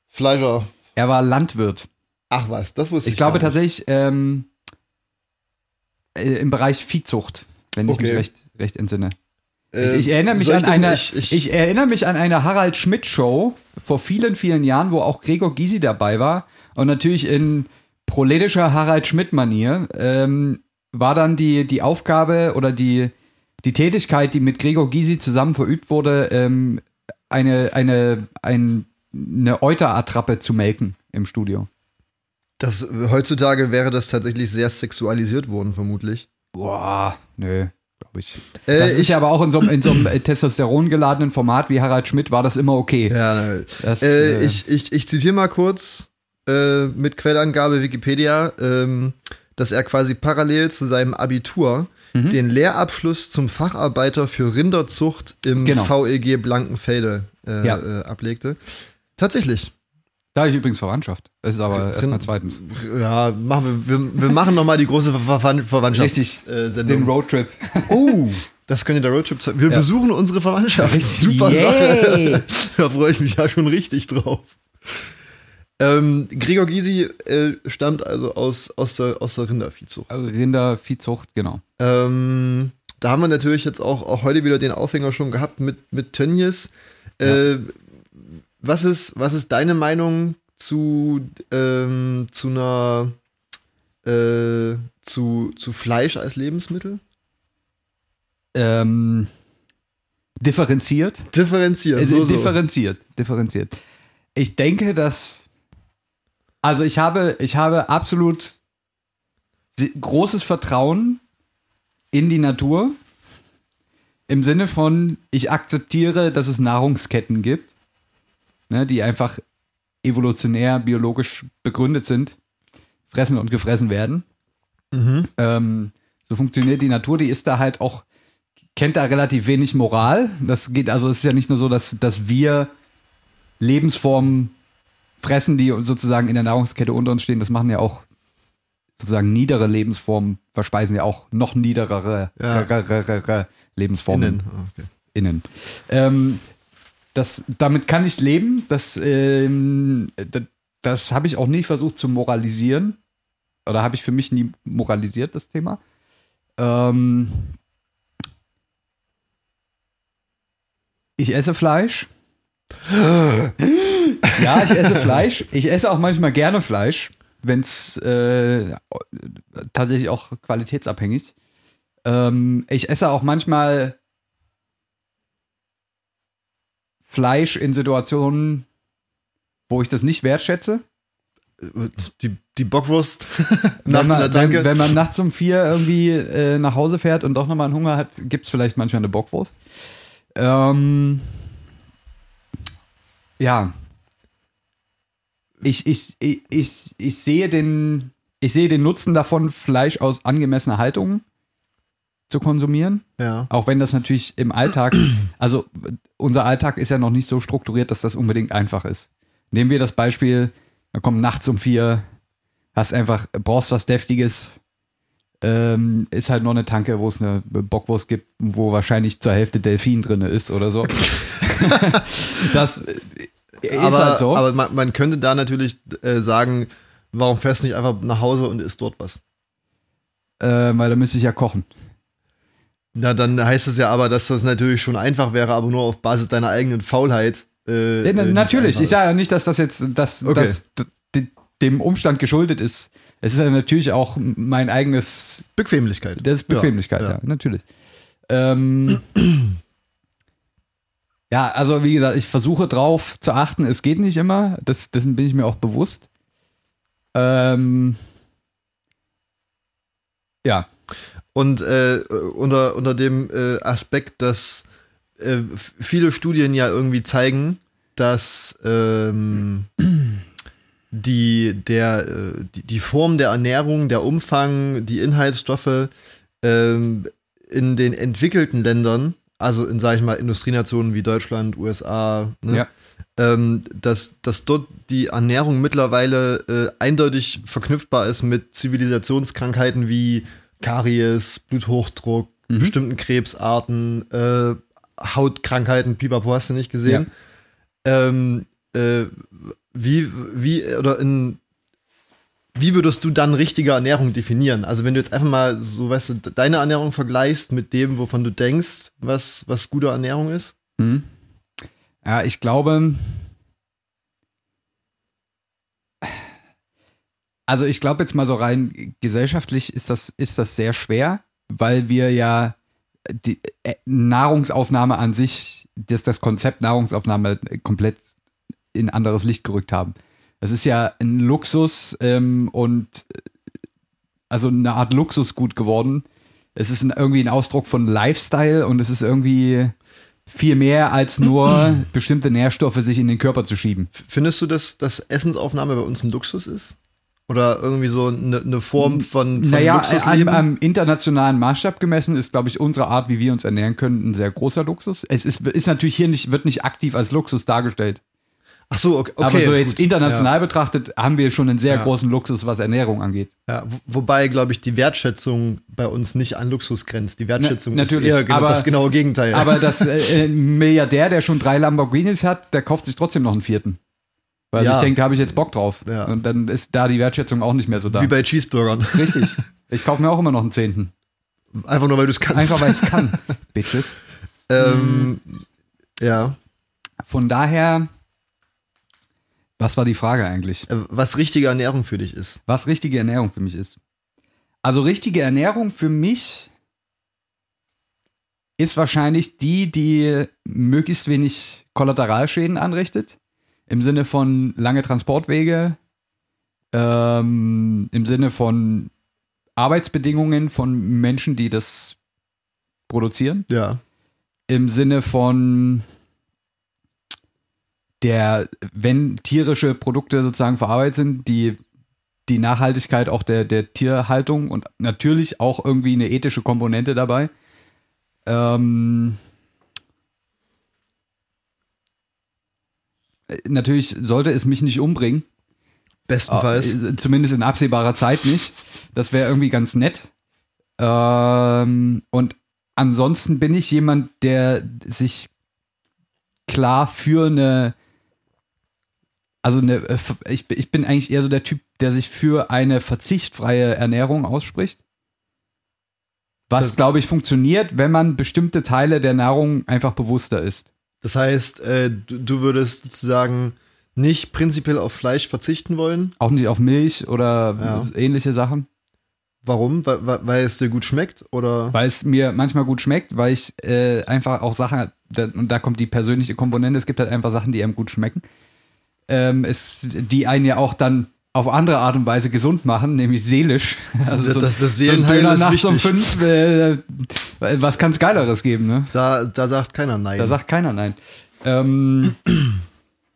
A: Fleischer.
B: Er war Landwirt.
A: Ach was, das wusste
B: Ich,
A: ich.
B: glaube
A: gar nicht.
B: tatsächlich ähm, äh, im Bereich Viehzucht, wenn ich
A: Okay.
B: mich recht, recht entsinne.
A: Äh,
B: Ich, ich erinnere mich
A: soll
B: an
A: das
B: eine,
A: mal-
B: ich, erinnere mich an eine Harald Schmidt Show vor vielen, vielen Jahren, wo auch Gregor Gysi dabei war und natürlich in proletischer Harald Schmidt Manier ähm, war dann die die Aufgabe oder die die Tätigkeit, die mit Gregor Gysi zusammen verübt wurde, ähm, eine eine ein, eine Euterattrappe zu melken im Studio.
A: das, heutzutage wäre das tatsächlich sehr sexualisiert worden, vermutlich.
B: Boah, nö, glaube ich.
A: Äh,
B: Das ist
A: ich-
B: ja aber auch in so, einem- in so einem Testosteron geladenen Format wie Harald Schmidt war das immer okay.
A: Ja, äh,
B: Das,
A: äh,
B: äh,
A: ich, ich, ich zitiere mal kurz äh, mit Quellangabe Wikipedia, ähm, dass er quasi parallel zu seinem Abitur
B: Mhm.
A: den Lehrabschluss zum Facharbeiter für Rinderzucht im
B: Genau.
A: VEG Blankenfelde äh,
B: Ja.
A: äh, ablegte. Tatsächlich.
B: Da habe ich übrigens Verwandtschaft. Das ist aber erstmal zweitens.
A: Ja, machen wir, wir, wir machen nochmal die große Ver- Ver- Verwandtschaft.
B: Richtig.
A: Äh, Sendung.
B: Den Roadtrip.
A: Oh, das könnte der Roadtrip sein. Wir besuchen unsere Verwandtschaft. Super
B: Yay.
A: Sache. Da freue ich mich ja schon richtig drauf. Ähm, Gregor Gysi äh, stammt also aus, aus, der, aus der Rinderviehzucht.
B: Also Rinderviehzucht, genau.
A: Ähm, da haben wir natürlich jetzt auch, auch heute wieder den Aufhänger schon gehabt mit, mit Tönnies. Äh, was, ist, was ist deine Meinung zu, ähm, zu einer äh, zu, zu Fleisch als Lebensmittel?
B: Ähm, differenziert.
A: Differenziert.
B: Also
A: so, so.
B: differenziert, differenziert. Ich denke, dass also ich habe ich habe absolut si- großes Vertrauen in die Natur im Sinne von ich akzeptiere, dass es Nahrungsketten gibt, ne, die einfach evolutionär biologisch begründet sind, fressen und gefressen werden.
A: Mhm.
B: Ähm, so funktioniert die Natur, die ist da halt auch, kennt da relativ wenig Moral. Das geht, also es ist ja nicht nur so, dass, dass wir Lebensformen fressen, die sozusagen in der Nahrungskette unter uns stehen. Das machen ja auch sozusagen niedere Lebensformen, verspeisen ja auch noch niederere
A: Ja.
B: rarerere Lebensformen
A: Innen. Ah, Okay.
B: innen. Ähm, das, damit kann ich leben. Das, ähm, das, das habe ich auch nie versucht zu moralisieren. Oder habe ich für mich nie moralisiert, das Thema. Ähm, ich esse Fleisch. ja, ich esse Fleisch. Ich esse auch manchmal gerne Fleisch, wenn es äh, tatsächlich auch qualitätsabhängig. Ähm, ich esse auch manchmal Fleisch in Situationen, wo ich das nicht wertschätze.
A: Die, die Bockwurst nach
B: Wenn
A: einer
B: man, wenn,
A: Tanke.
B: wenn man nachts um vier irgendwie äh, nach Hause fährt und doch nochmal einen Hunger hat, gibt es vielleicht manchmal eine Bockwurst. Ähm, ja. Ich, ich, ich, ich, ich, sehe den, ich sehe den Nutzen davon, Fleisch aus angemessener Haltung zu konsumieren.
A: ja.
B: Auch wenn das natürlich im Alltag, also unser Alltag ist ja noch nicht so strukturiert, dass das unbedingt einfach ist. Nehmen wir das Beispiel, da kommt nachts um vier, hast einfach, brauchst was Deftiges, ähm, ist halt noch eine Tanke, wo es eine Bockwurst gibt, wo wahrscheinlich zur Hälfte Delfin drin ist oder so. das äh, ist
A: aber,
B: halt so.
A: aber man, man könnte da natürlich äh, sagen, warum fährst du nicht einfach nach Hause und isst dort was?
B: äh, weil da müsste ich ja kochen.
A: Na, dann heißt es ja aber, dass das natürlich schon einfach wäre, aber nur auf Basis deiner eigenen Faulheit. äh,
B: Ja, na-
A: äh, nicht
B: natürlich.
A: einfach
B: Ich sage ja nicht, dass das jetzt dass,
A: Okay.
B: dass d- d- dem Umstand geschuldet ist. Es ist ja natürlich auch mein eigenes,
A: ist. Bequemlichkeit.
B: das ist Bequemlichkeit, ja,
A: ja.
B: natürlich. Ähm, ja, also wie gesagt, ich versuche drauf zu achten. Es geht nicht immer, das, dessen bin ich mir auch bewusst. Ähm, ja,
A: Und äh, unter, unter dem äh, Aspekt, dass äh, f- viele Studien ja irgendwie zeigen, dass ähm, die, der, äh, die, die Form der Ernährung, der Umfang, die Inhaltsstoffe ähm, in den entwickelten Ländern, also in, sag ich mal, Industrienationen wie Deutschland, USA, ne,
B: Ja.
A: ähm, dass, dass dort die Ernährung mittlerweile äh, eindeutig verknüpfbar ist mit Zivilisationskrankheiten wie Karies, Bluthochdruck, bestimmten Krebsarten, äh, Hautkrankheiten, Pipapo hast du nicht gesehen. Ähm, äh, wie, wie, oder in, wie würdest du dann richtige Ernährung definieren? Also wenn du jetzt einfach mal so, weißt du, deine Ernährung vergleichst mit dem, wovon du denkst, was, was gute Ernährung ist?
B: Hm. Ja, ich glaube. Also ich glaube jetzt mal so rein gesellschaftlich ist das, ist das sehr schwer, weil wir ja die äh, Nahrungsaufnahme an sich, das, das Konzept Nahrungsaufnahme komplett in anderes Licht gerückt haben. Das ist ja ein Luxus ähm, und äh, also eine Art Luxusgut geworden. Es ist ein, irgendwie ein Ausdruck von Lifestyle und es ist irgendwie viel mehr als nur bestimmte Nährstoffe sich in den Körper zu schieben.
A: Findest du, dass, dass Essensaufnahme bei uns ein Luxus ist? Oder irgendwie so eine, eine Form von, von
B: Naja, am,
A: Luxusleben?
B: am internationalen Maßstab gemessen ist, glaube ich, unsere Art, wie wir uns ernähren können, ein sehr großer Luxus. Es ist, ist natürlich hier nicht, wird nicht aktiv als Luxus dargestellt.
A: Ach so, okay. okay
B: aber so jetzt
A: gut.
B: international betrachtet haben wir schon einen sehr großen Luxus, was Ernährung angeht.
A: Ja, ja. Wo- Wobei, glaube ich, die Wertschätzung bei uns nicht an Luxus grenzt. Die Wertschätzung
B: Na-
A: ist
B: natürlich,
A: eher genau,
B: aber-
A: das genaue Gegenteil.
B: Aber das äh, ein Milliardär, der schon drei Lamborghinis hat, der kauft sich trotzdem noch einen vierten. Weil
A: Ja.
B: ich denke, da habe ich jetzt Bock drauf.
A: Ja.
B: Und dann ist da die Wertschätzung auch nicht mehr so da.
A: Wie bei Cheeseburgern.
B: Richtig. Ich kaufe mir auch immer noch einen zehnten.
A: Einfach nur, weil du es kannst.
B: Einfach weil ich kann. Bitches.
A: ähm, Ja.
B: Von daher, was war die Frage eigentlich?
A: Äh, Was richtige Ernährung für dich ist.
B: Was richtige Ernährung für mich ist? Also richtige Ernährung für mich ist wahrscheinlich die, die möglichst wenig Kollateralschäden anrichtet. Im Sinne von lange Transportwege, ähm, im Sinne von Arbeitsbedingungen von Menschen, die das produzieren,
A: Ja.
B: im Sinne von der, wenn tierische Produkte sozusagen verarbeitet sind, die die Nachhaltigkeit auch der, der Tierhaltung und natürlich auch irgendwie eine ethische Komponente dabei. Ähm, äh, natürlich sollte es mich nicht umbringen.
A: Bestenfalls.
B: Ah, äh, Zumindest in absehbarer Zeit nicht. Das wäre irgendwie ganz nett. Ähm, und ansonsten bin ich jemand, der sich klar für eine, also eine, äh, f- ich, ich bin eigentlich eher so der Typ, der sich für eine verzichtfreie Ernährung ausspricht. Was,
A: Das-
B: glaube ich, funktioniert, wenn man bestimmte Teile der Nahrung einfach bewusster ist.
A: Das heißt, äh, du, du würdest sozusagen nicht prinzipiell auf Fleisch verzichten wollen.
B: Auch nicht auf Milch oder
A: Ja.
B: ähnliche Sachen.
A: Warum? Weil, weil weil es dir gut schmeckt? Oder?
B: weil es mir manchmal gut schmeckt, weil ich äh, einfach auch Sachen, da, und da kommt die persönliche Komponente, es gibt halt einfach Sachen, die einem gut schmecken, ähm, es, die einen ja auch dann auf andere Art und Weise gesund machen, nämlich seelisch. Also
A: Das- das- das Seelenheil
B: Döner
A: ist
B: nachts um
A: wichtig.
B: fünf, äh, was kann's Geileres geben, ne?
A: Da, da sagt keiner nein.
B: Da sagt keiner nein. Ähm,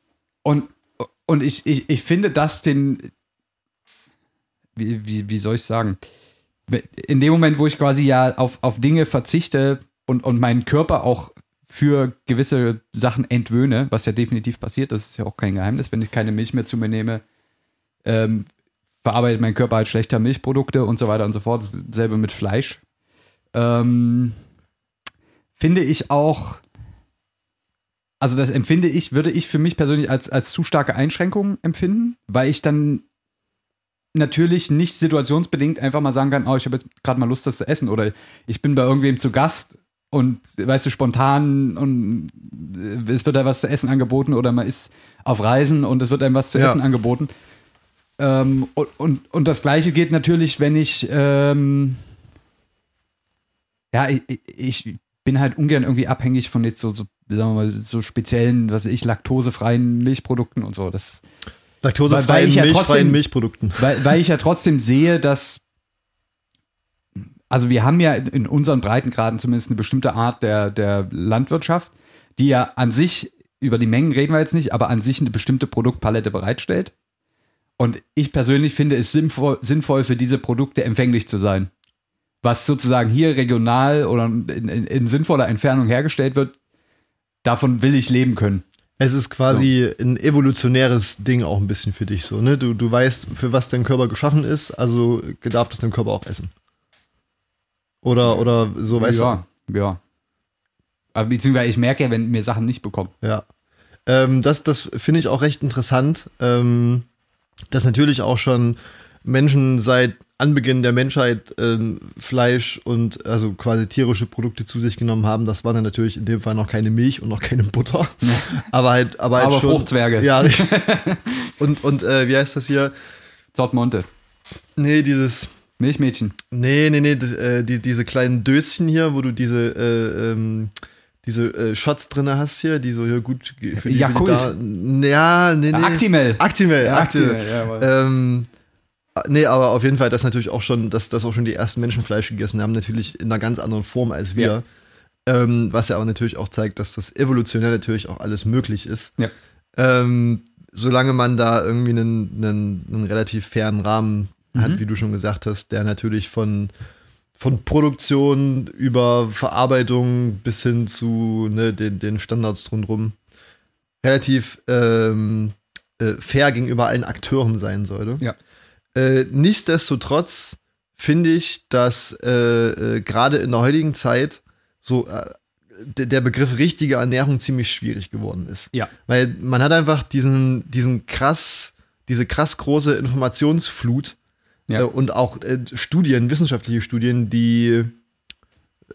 B: und und ich, ich, ich finde das den. Wie, wie, wie soll ich sagen? In dem Moment, wo ich quasi ja auf, auf Dinge verzichte und, und meinen Körper auch für gewisse Sachen entwöhne, was ja definitiv passiert, das ist ja auch kein Geheimnis, wenn ich keine Milch mehr zu mir nehme, ähm, verarbeitet mein Körper halt schlechter Milchprodukte und so weiter und so fort. Dasselbe mit Fleisch. Ähm, finde ich auch, also das empfinde ich, würde ich für mich persönlich als, als zu starke Einschränkung empfinden, weil ich dann natürlich nicht situationsbedingt einfach mal sagen kann, oh, ich habe jetzt gerade mal Lust, das zu essen oder ich bin bei irgendwem zu Gast und weißt du, spontan und äh, es wird da was zu essen angeboten oder man ist auf Reisen und es wird einem was zu
A: Ja.
B: essen angeboten. Ähm, und, und, und das gleiche geht natürlich, wenn ich ähm, ja, ich, ich bin halt ungern irgendwie abhängig von jetzt so, so sagen wir mal, so speziellen, was weiß ich, laktosefreien Milchprodukten und so. Das, Weil- weil
A: Laktosefreien,
B: ich ja
A: milchfreien
B: trotzdem-
A: Milchprodukten.
B: weil, weil ich ja trotzdem sehe, dass. Also, wir haben ja in unseren Breitengraden zumindest eine bestimmte Art der, der Landwirtschaft, die ja an sich, über die Mengen reden wir jetzt nicht, aber an sich eine bestimmte Produktpalette bereitstellt. Und ich persönlich finde es sinnvoll, sinnvoll für diese Produkte empfänglich zu sein. Was sozusagen hier regional oder in, in, in sinnvoller Entfernung hergestellt wird, davon will ich leben können.
A: Es ist quasi ein evolutionäres Ding auch ein bisschen für dich so, ne? Du, du weißt, für was dein Körper geschaffen ist, also darf das dein Körper auch essen. Oder, oder so, weißt
B: ja, ja. Aber beziehungsweise ich merke ja, wenn mir Sachen nicht bekommen.
A: du? Ja. Ähm, das das finde ich auch recht interessant, ähm, dass natürlich auch schon Menschen seit Anbeginn der Menschheit ähm, Fleisch und also quasi tierische Produkte zu sich genommen haben. Das war dann natürlich in dem Fall noch keine Milch und noch keine Butter. aber halt, aber halt
B: Aber
A: schon.
B: Fruchtzwerge.
A: Ja, richtig. und, und äh, wie heißt das hier?
B: Sortmonte.
A: Nee, dieses.
B: Milchmädchen.
A: Nee, nee, nee, das, äh, die, diese kleinen Döschen hier, wo du diese, äh, ähm, diese äh, Shots drinne hast hier, die so hier gut ge- für die,
B: Yakult.
A: Für die da, ja, nee, nee.
B: Actimel.
A: Actimel,
B: Ja,
A: Actimel.
B: Actimel, jawohl.
A: ähm, äh, nee, aber auf jeden Fall, das natürlich auch schon, dass das auch schon die ersten Menschen Fleisch gegessen haben, natürlich in einer ganz anderen Form als wir. Ähm, was ja auch natürlich auch zeigt, dass das evolutionär natürlich auch alles möglich ist.
B: Ja.
A: Ähm, solange man da irgendwie einen, einen, einen relativ fairen Rahmen hat,
B: Mhm.
A: wie du schon gesagt hast, der natürlich von, von Produktion über Verarbeitung bis hin zu ne, den, den Standards drumherum relativ ähm, äh, fair gegenüber allen Akteuren sein sollte.
B: Ja.
A: Äh, nichtsdestotrotz finde ich, dass äh, äh, gerade in der heutigen Zeit so äh, d- der Begriff richtige Ernährung ziemlich schwierig geworden ist.
B: Ja.
A: Weil man hat einfach diesen, diesen krass, diese krass große Informationsflut
B: Ja.
A: äh, und auch äh, Studien, wissenschaftliche Studien, die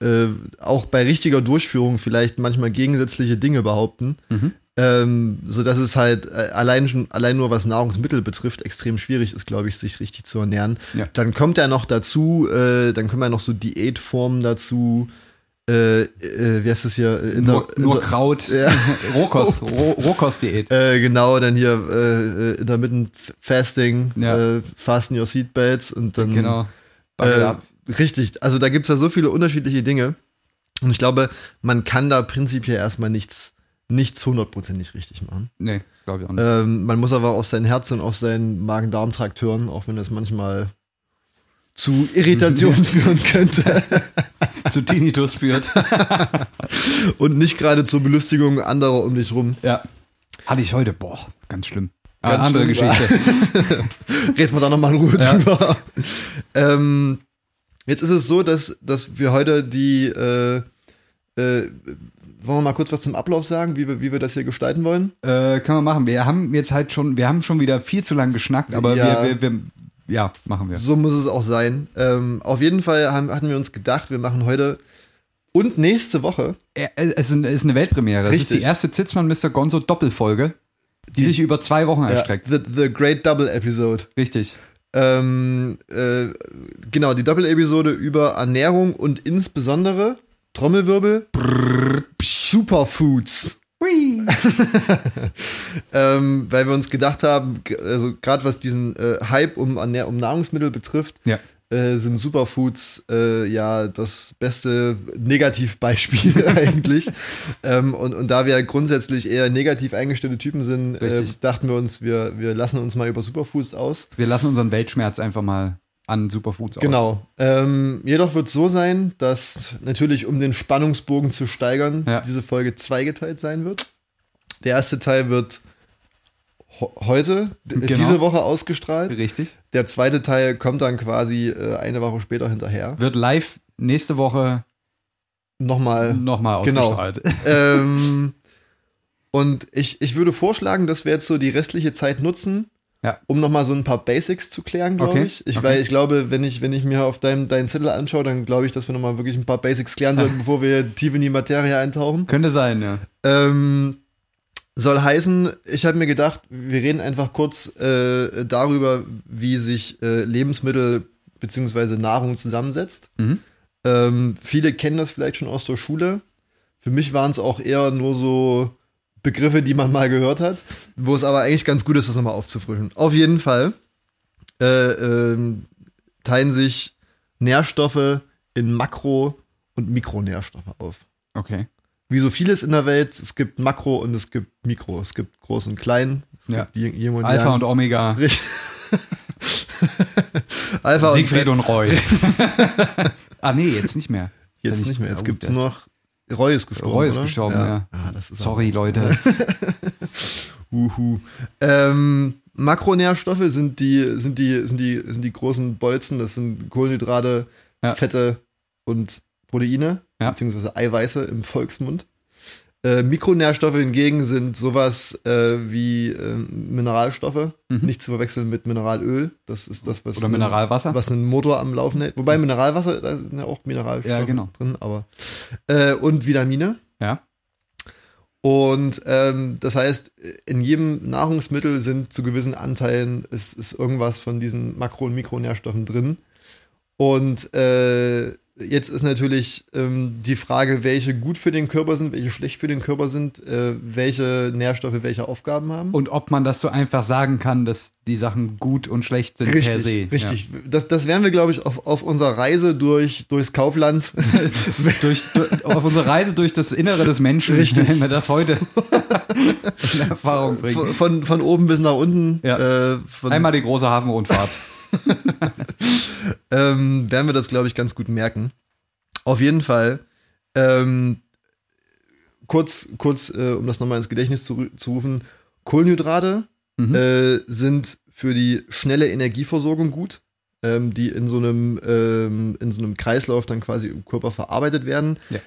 A: äh, auch bei richtiger Durchführung vielleicht manchmal gegensätzliche Dinge behaupten,
B: Mhm.
A: ähm, sodass es halt äh, allein, schon, allein nur was Nahrungsmittel betrifft, extrem schwierig ist, glaube ich, sich richtig zu ernähren.
B: Ja.
A: Dann kommt ja noch dazu, äh, dann kommen ja noch so Diätformen dazu, äh, äh, wie heißt das hier? Äh, Inter-
B: Nur, nur
A: Inter-
B: Kraut,
A: Ja.
B: Rohkost, Ro Rohkostdiät.
A: Äh, genau, dann hier äh, äh, Intermittent Fasting,
B: Ja.
A: äh, Fasten Your Seatbelts und dann
B: Genau. Bubble
A: Ähm, Äh,
B: up.
A: richtig, also da gibt es ja so viele unterschiedliche Dinge. Und ich glaube, man kann da prinzipiell erstmal nichts, nichts hundertprozentig richtig machen.
B: Nee, glaube ich auch nicht.
A: Ähm, man muss aber auf sein Herz und auf seinen Magen-Darm-Trakt hören, auch wenn das manchmal zu Irritationen führen könnte äh,
B: Zu Tinnitus führt.
A: und nicht gerade zur Belustigung anderer um dich rum.
B: ja. Hatte ich heute, boah, ganz schlimm.
A: Ganz
B: ah, andere
A: schlimm,
B: Geschichte.
A: Reden wir da nochmal in Ruhe
B: Ja.
A: drüber. ähm, jetzt ist es so, dass, dass wir heute die, äh, äh, wollen wir mal kurz was zum Ablauf sagen, wie wir, wie wir das hier gestalten wollen?
B: äh, können wir machen. Wir haben jetzt halt schon, wir haben schon wieder viel zu lang geschnackt, aber
A: Ja.
B: wir, wir, wir, ja, machen wir.
A: So muss es auch sein. Ähm, auf jeden Fall haben, hatten wir uns gedacht, wir machen heute und nächste Woche
B: Äh, Es ist ein- ist eine Weltpremiere. Es ist
A: Richtig.
B: die erste Zitzmann Mr. Gonzo Doppelfolge, die, sich über zwei Wochen
A: ja,
B: erstreckt.
A: the, the Great Double Episode.
B: Richtig.
A: Ähm, äh, genau, die Doppel-Episode über Ernährung und insbesondere Trommelwirbel Superfoods. ähm, weil wir uns gedacht haben, g- also gerade was diesen äh, Hype um, Ernähr- um Nahrungsmittel betrifft,
B: Ja.
A: äh, sind Superfoods äh, ja das beste Negativbeispiel eigentlich. Ähm, und, und da wir grundsätzlich eher negativ eingestellte Typen sind, äh,
B: Richtig.
A: dachten wir uns, wir, wir lassen uns mal über Superfoods aus.
B: Wir lassen unseren Weltschmerz einfach mal an Superfoods aus.
A: Genau. Ähm, jedoch wird es so sein, dass natürlich, um den Spannungsbogen zu steigern,
B: Ja.
A: diese Folge zweigeteilt sein wird. Der erste Teil wird ho heute, d-
B: Genau.
A: diese Woche ausgestrahlt.
B: Richtig.
A: Der zweite Teil kommt dann quasi äh, eine Woche später hinterher.
B: Wird live nächste Woche
A: Nochmal.
B: nochmal
A: genau.
B: ausgestrahlt.
A: ähm, und ich, ich würde vorschlagen, dass wir jetzt so die restliche Zeit nutzen,
B: Ja.
A: um nochmal so ein paar Basics zu klären, glaube
B: Okay,
A: ich. Ich,
B: okay.
A: Weil ich glaube, wenn ich, wenn ich mir auf deinem, deinen Zettel anschaue, dann glaube ich, dass wir nochmal wirklich ein paar Basics klären sollten, bevor wir hier tief in die Materie eintauchen.
B: Könnte sein, ja.
A: Ähm, soll heißen, ich habe mir gedacht, wir reden einfach kurz äh, darüber, wie sich äh, Lebensmittel bzw. Nahrung zusammensetzt.
B: Mhm.
A: Ähm, viele kennen das vielleicht schon aus der Schule. Für mich waren es auch eher nur so Begriffe, die man mal gehört hat, wo es aber eigentlich ganz gut ist, das nochmal aufzufrischen. Auf jeden Fall äh, ähm, teilen sich Nährstoffe in Makro- und Mikronährstoffe auf
B: Okay.
A: wie so vieles in der Welt, es gibt Makro und es gibt Mikro. Es gibt Groß und Klein. Es
B: Ja.
A: gibt Yin- Yin und
B: Alpha
A: Yang.
B: und Omega,
A: Richtig. Alpha
B: Siegfried
A: und
B: und Roy. ah, nee, jetzt nicht mehr.
A: Jetzt nicht mehr.
B: Oh,
A: Jetzt gibt es
B: das-
A: nur noch. Roy ist gestorben.
B: Roy ist
A: oder?
B: gestorben, ja.
A: Ah, das ist
B: Sorry, Leute.
A: Uhu. Ähm, Makronährstoffe sind die, sind, die, sind, die, sind die großen Bolzen. Das sind Kohlenhydrate,
B: Ja.
A: Fette und Proteine,
B: Ja.
A: beziehungsweise Eiweiße im Volksmund. Äh, Mikronährstoffe hingegen sind sowas äh, wie äh, Mineralstoffe.
B: Mhm.
A: Nicht zu verwechseln mit Mineralöl. Das ist das, was,
B: Oder
A: einen-
B: Mineralwasser.
A: was einen Motor am Laufen hält. Wobei Mineralwasser, da sind ja auch Mineralstoffe
B: Ja, genau.
A: drin, aber. Äh, und Vitamine.
B: Ja.
A: Und ähm, das heißt, in jedem Nahrungsmittel sind zu gewissen Anteilen ist, ist irgendwas von diesen Makro- und Mikronährstoffen drin. Und äh, jetzt ist natürlich ähm, die Frage, welche gut für den Körper sind, welche schlecht für den Körper sind, äh, welche Nährstoffe welche Aufgaben haben.
B: Und ob man das so einfach sagen kann, dass die Sachen gut und schlecht sind per se.
A: Richtig, richtig. Das, das werden wir, glaube ich, auf, auf unserer Reise durch, durchs Kaufland.
B: Ja. durch, du- auf unsere Reise durch das Innere des Menschen,
A: Richtig.
B: wenn wir das heute in Erfahrung bringen.
A: von, von, von oben bis nach unten.
B: Ja.
A: Äh, von,
B: Einmal die große Hafenrundfahrt.
A: ähm, werden wir das, glaube ich, ganz gut merken. Auf jeden Fall. Ähm, kurz, kurz äh, um das nochmal ins Gedächtnis zu, ru- zu rufen: Kohlenhydrate
B: Mhm.
A: äh, sind für die schnelle Energieversorgung gut, ähm, die in so, einem, ähm, in so einem Kreislauf dann quasi im Körper verarbeitet werden.
B: Ja.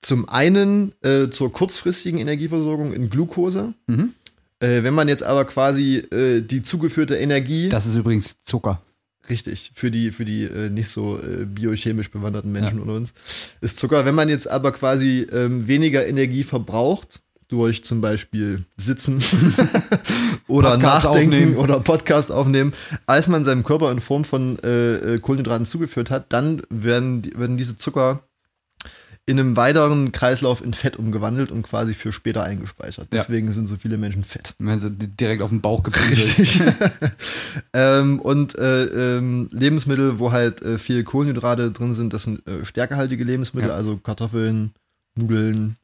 A: Zum einen äh, zur kurzfristigen Energieversorgung in Glukose.
B: Mhm.
A: Äh, wenn man jetzt aber quasi äh, die zugeführte Energie
B: Das ist übrigens Zucker.
A: Richtig, für die, für die äh, nicht so äh, biochemisch bewanderten Menschen unter uns ist Zucker. Wenn man jetzt aber quasi ähm, weniger Energie verbraucht, durch zum Beispiel Sitzen oder
B: Podcast
A: Nachdenken
B: aufnehmen.
A: oder Podcast aufnehmen, als man seinem Körper in Form von äh, äh, Kohlenhydraten zugeführt hat, dann werden, die- werden diese Zucker in einem weiteren Kreislauf in Fett umgewandelt und quasi für später eingespeichert.
B: Ja.
A: Deswegen sind so viele Menschen fett.
B: Wenn sie Also di- direkt auf den Bauch gepinkelt.
A: Richtig. ähm, und äh, ähm, Lebensmittel, wo halt äh, viel Kohlenhydrate drin sind, das sind äh, stärkehaltige Lebensmittel,
B: Ja.
A: also Kartoffeln, Nudeln.